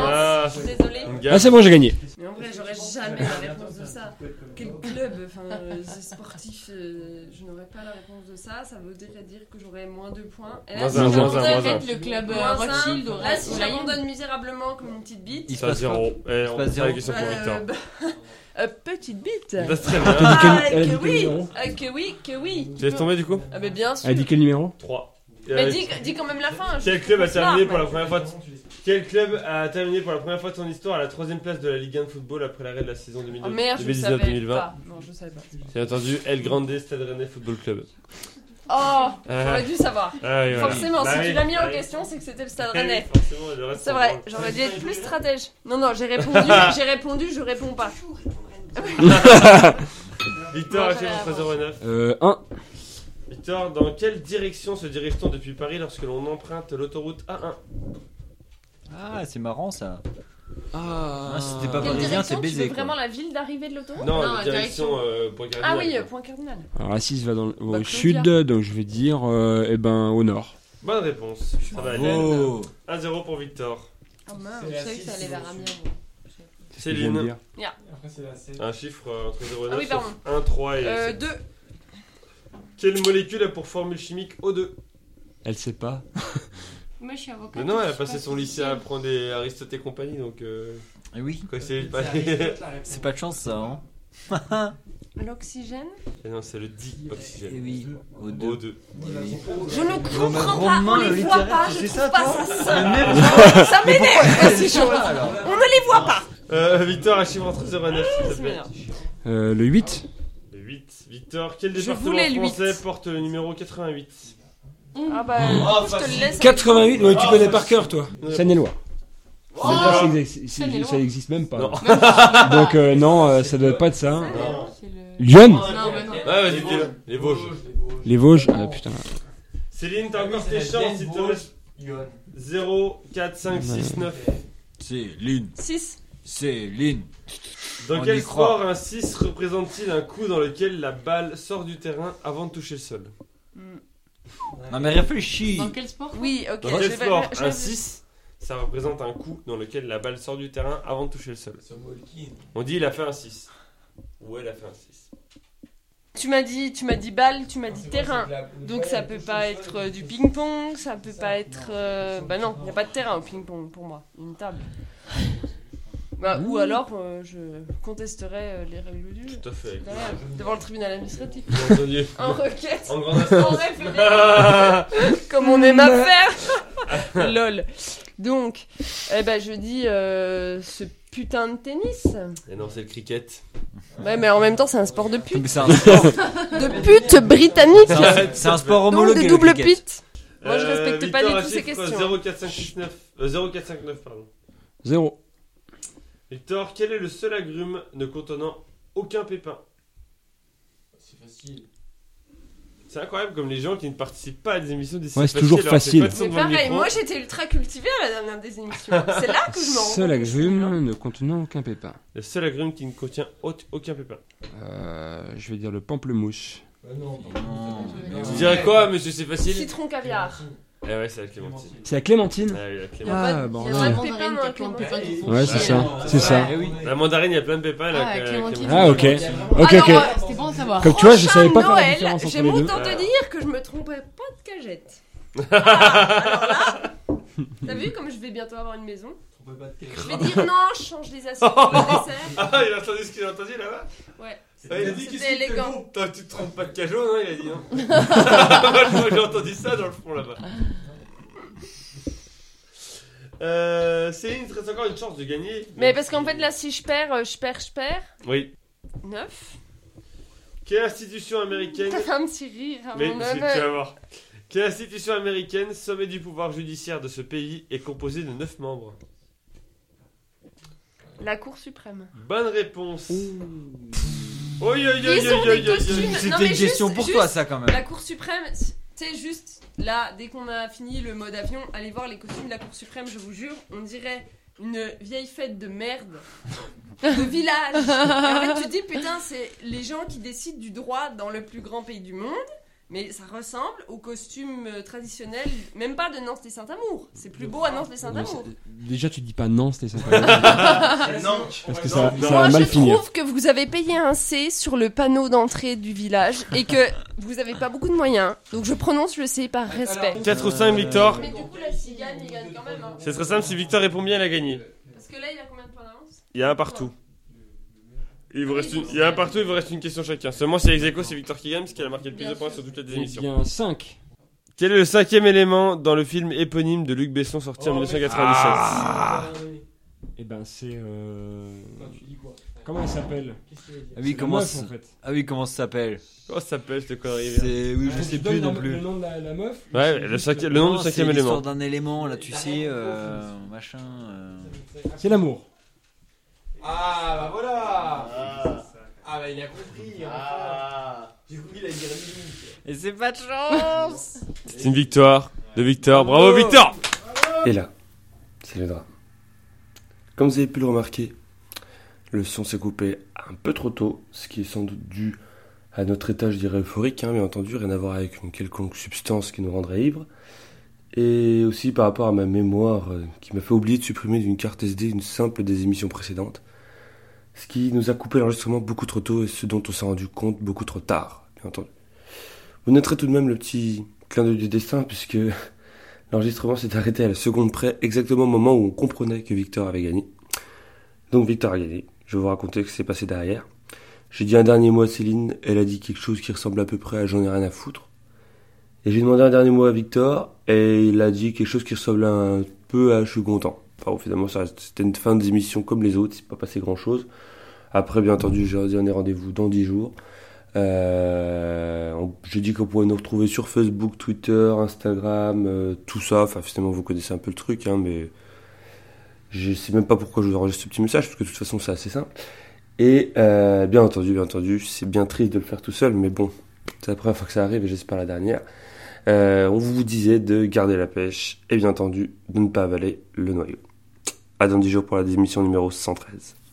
permanence. Je suis désolée.
Une
Ah
gaffe.
c'est bon, j'ai gagné.
Mais en vrai, j'aurais jamais la réponse de ça. Quel club, enfin, euh, c'est sportif, euh, je n'aurais pas la réponse de ça. Ça voudrait dire que j'aurais moins de points. Et là,
Moins
si
un, moins un,
j'abandonne-
moins un.
faites
Le club
Moins
euh,
un.
Rothschild au
Là, Ah, si
Royaume.
j'abandonne misérablement comme une petite bite.
Il
Ça,
passe
zéro. Eh, on passe à
passe
la
zéro.
question pour Victor.
euh, bah, euh, petite bite.
Ça, c'est très bien.
Elle a dit quel-
Ah,
elle a dit
que
quel
oui,
numéro
ah, que oui, que oui.
Tu laisses Bah, tomber du coup
Ah, mais bien sûr.
Elle dit quel numéro
3.
Mais dis, dis quand même la fin. je-
Quel club a
je
terminé
pars,
pour la
mais-
première fois de... Quel club a terminé pour la première fois de son histoire à la troisième place de la Ligue 1 de football après l'arrêt de la saison
Oh merde, je le savais Ah.
2019-2020
pas. Non, je le savais pas.
J'ai entendu El Grande Stade Rennais Football Club.
Oh,
Ah.
j'aurais dû savoir.
Ah oui, voilà.
Forcément,
Bah
si
oui,
tu l'as mis en
oui.
question, c'est que c'était le Stade
Eh oui,
Rennais.
forcément, le reste,
C'est
on
vrai,
prend.
j'aurais dû être plus stratège. Non, non, j'ai répondu, j'ai répondu, je réponds pas.
Victor,
Moi,
à
j'avais
chiffre
la
09.
Euh, 1.
Victor, dans quelle direction se dirige-t-on depuis Paris lorsque l'on emprunte l'autoroute A1
Ah, c'est marrant ça.
Ah,
c'était pas
Quelle
Parisien,
direction
c'est
Tu
baisé,
veux
quoi.
vraiment la ville d'arrivée de l'autoroute
Non,
Non,
la
la
direction euh, pour
Ah
Gardien,
oui,
quoi.
euh, point cardinal.
Alors la 6 va dans, le- au
Bah,
sud,
Claudia.
donc je vais dire euh, eh ben, au nord.
Bonne réponse. Ça va aller.
Oh.
1-0 pour Victor.
Ah mince.
C'est
Je
la
savais que ça allait
six,
vers
c'est
Amiens.
C'est ce que je viens de
Céline.
dire.
Après, c'est la scène.
Un chiffre euh, entre 0 et 9.
Ah oui, pardon.
1, 3 et.
Euh,
sept.
deux.
Quelle molécule a pour formule chimique O2
Elle sait pas.
Moi, je suis avocate.
Ah,
Mais Non, elle a passé son lycée à prendre des Aristote et compagnie, donc. euh,
Eh oui.
Quoi, c'est
Ça
pas.
arrive, la réponse.
C'est pas de chance ça, hein.
L'oxygène
Ah non, c'est le dioxygène.
Eh oui. Au deux.
O2.
Oh.
Je ne comprends
mais
pas,
Romain,
on les
le
voit
littéraire,
pas,
tu
je
sais
trouve
ça,
pas
toi
ça ça.
Mais
Ça
pourquoi
m'énerve
elle
ces
est là,
choses.
alors
On ne les voit pas.
Euh, Victor, un chiffre entre 0 et 9, s'il te
Ça
plaît.
m'énerve.
Euh, le 8.
Le 8. Victor, quel
Je
département
voulais le
français
huit.
porte le numéro 88
Ah bah, du coup, je te le laisse.
88, ouais, tu
Ah,
connais
ouais.
par cœur toi. Seine-et-Loire. Je sais pas si exi- si-
Seine-et-Loire.
ça existe même pas.
Non.
Donc euh, non, euh, ça doit pas être ça.
Non.
Lyon
Non, mais non.
Ouais, vas-y, dis-le. Les Vosges.
Les Vosges Ah putain.
Céline, t'as
Ah oui,
encore tes
c'est la
chances, il te
Vosges.
reste 0, 4, 5, 6, 9.
Céline,
6.
Céline.
Dans
On
quel
y croit.
sport un 6 représente-t-il un coup dans lequel la balle sort du terrain avant de toucher le sol
Non mais réfléchis.
Dans quel sport
Oui, ok.
Dans
je
quel
vais-
sport
je vais-
un 6 ça représente un coup dans lequel la balle sort du terrain avant de toucher le sol On dit il a fait un 6. Ou elle a fait un 6.
Tu m'as dit, tu m'as dit balle, tu m'as dit terrain. Donc ça peut pas être euh, du ping-pong, ça peut pas être... euh, Bah non, il n'y a pas de terrain au ping-pong pour moi, une table. Bah, Ou
Ouh.
alors, euh, je contesterai euh, les règles du jeu.
Tout à fait.
Derrière, Devant le tribunal administratif.
Bien entendu.
En requête,
En grande
en référé. Comme on aime à faire. Lol. Donc, eh ben, je dis euh, ce putain de tennis.
Et non, c'est le cricket.
Ouais, mais en même temps, c'est un sport de pute.
Mais C'est un, c'est un-
De pute britannique.
c'est un sport
Donc,
homologué.
de
le
double
cricket.
pute. Moi, je respecte pas du
Euh, Victor,
tout
un
ces
chiffre,
questions.
04569. euh, 0459, pardon.
Zéro.
Victor, quel est le seul agrume ne contenant aucun pépin
C'est facile.
C'est incroyable comme les gens qui ne participent pas à des émissions d'ici.
Ouais, c'est toujours facile.
Mais pareil, moi j'étais ultra cultivée à la dernière des émissions. C'est là que je me rends
Seul
compte.
agrume ne contenant aucun pépin.
Le seul agrume qui ne contient au- aucun pépin.
Ah
Euh, je vais dire le pamplemousse.
Bah non, non.
Non, mais
Tu
non.
dirais quoi, monsieur, c'est facile
Citron caviar.
Eh ouais, c'est la clémentine.
C'est la clémentine
Ah oui, la
Y a
clémentine.
pas de-
Ah,
y a
bordel.
pas de
Ouais.
pépin dans la clémentine.
Ouais, c'est ça, c'est ça.
Eh oui.
La mandarine, il y a plein de pépins. là,
Ah,
que-
clémentine.
Ah, ok. Ok,
Alors,
ok.
euh, c'était bon à savoir.
Comme tu vois, je
Prochain
savais pas faire la
Noël,
différence entre
J'ai
les deux.
autant
Ah.
te dire que je me trompais pas de cagette.
T'as vu comme je vais bientôt avoir une maison
Trompez pas de quel-
Je vais dire non, je change les assiettes pour le dessert.
Ah, il a entendu ce qu'il a entendu là-bas
Ouais.
Ah, Il a dit
C'était
qu'est-ce que c'était
élégant.
bon Putain, Tu te trompes pas de cajot, non Il a dit non. Moi j'ai entendu ça dans le fond là-bas. Euh, Céline, il te reste encore une chance de gagner.
Mais parce qu'en fait, là, si je perds, euh, je perds, je perds.
Oui.
9.
Quelle institution américaine.
T'as fait un petit
hein.
rire à
Mais
mon
c'est- tu vas
honneur.
voir. Quelle institution américaine, sommet du pouvoir judiciaire de ce pays, est composée de 9 membres
La Cour suprême.
Bonne réponse. Oi, oi, oi,
Ils ont
oi,
des
oi, oi, oi.
costumes. Non, mais
C'était une
juste-
question pour toi,
juste
ça quand même.
La Cour suprême, c'est juste là, dès qu'on a fini le mode avion, allez voir les costumes de la Cour suprême, je vous jure, on dirait une vieille fête de merde, de village. Et en fait, tu te dis, putain, c'est les gens qui décident du droit dans le plus grand pays du monde. Mais ça ressemble aux costumes euh, traditionnels, même pas de Nantes des Saint-Amour. C'est plus beau à Nantes des Saint-Amour.
hein.
Déjà, tu dis pas non, c'était sympa.
Ah,
Non,
Parce que ça, ça
Moi,
va
je
mal finir.
trouve que vous avez payé un C sur le panneau d'entrée du village et que vous avez pas beaucoup de moyens. Donc, je prononce le C par respect.
4 ou 5, Victor.
Mais du coup, la cigane, il gagne quand même. hein.
C'est très simple, si Victor répond bien, elle a gagné.
Parce que là, il a combien de points d'avance
Il y a un partout. Il vous reste une... Il y a un partout, il vous reste une question chacun. Seulement si Execo, c'est Victor qui gagne, parce qu'elle a marqué le plus de points sur toutes les
Eh
émissions.
bien, 5.
Quel est le cinquième élément dans le film éponyme de Luc Besson sorti en
Oh,
1997
ah.
Eh ben, c'est. euh,
Enfin, tu dis quoi
Comment elle s'appelle
Qu'est-ce qu'il a dit
Ah
C'est
oui,
la
comment
meuf,
ça
en fait.
ah oui, comment ça s'appelle
Comment ça s'appelle cette connerie là
C'est oui, je sais
Tu
plus
donnes
non
le-
plus.
Le nom de la, la meuf
Ouais, le, cinqui- le nom
Non,
du
c'est
cinquième
l'histoire
élément.
d'un élément là, tu sais, euh, machin. euh.
C'est l'amour.
Ah bah voilà Ah bah il a compris enfin. J'ai cru qu'il allait dire musique
Et c'est pas de chance
C'est une victoire de Victor. Bravo Victor
Et là, c'est le drame. Comme vous avez pu le remarquer, le son s'est coupé un peu trop tôt, ce qui est sans doute dû à notre état, je dirais, euphorique, hein, bien entendu, rien à voir avec une quelconque substance qui nous rendrait ivres, et aussi par rapport à ma mémoire euh, qui m'a fait oublier de supprimer d'une carte SD une simple des émissions précédentes, ce qui nous a coupé l'enregistrement beaucoup trop tôt et ce dont on s'est rendu compte beaucoup trop tard, bien entendu. Vous noterez tout de même le petit clin d'œil du destin, puisque L'enregistrement s'est arrêté à la seconde près, exactement au moment où on comprenait que Victor avait gagné. Donc Victor a gagné. Je vais vous raconter ce qui s'est passé derrière. J'ai dit un dernier mot à Céline, elle a dit quelque chose qui ressemble à peu près à j'en ai rien à foutre. Et j'ai demandé un dernier mot à Victor, et il a dit quelque chose qui ressemble un peu à je suis content. Enfin, bon, finalement, ça reste- c'était une fin d'émission comme les autres, c'est pas passé grand chose. Après, bien entendu, j'ai ai rendez-vous dans 10 jours. Euh, on- J'ai dit qu'on pourrait nous retrouver sur Facebook, Twitter, Instagram, euh, tout ça. Enfin, finalement, vous connaissez un peu le truc, hein, mais je sais même pas pourquoi je vous enregistre ce petit message, parce que de toute façon, c'est assez simple. Et euh, bien entendu, bien entendu, c'est bien triste de le faire tout seul, mais bon, c'est la première fois que ça arrive et j'espère la dernière. Euh, on vous disait de garder la pêche et bien entendu de ne pas avaler le noyau. À dans 10 jours pour la démission numéro 113.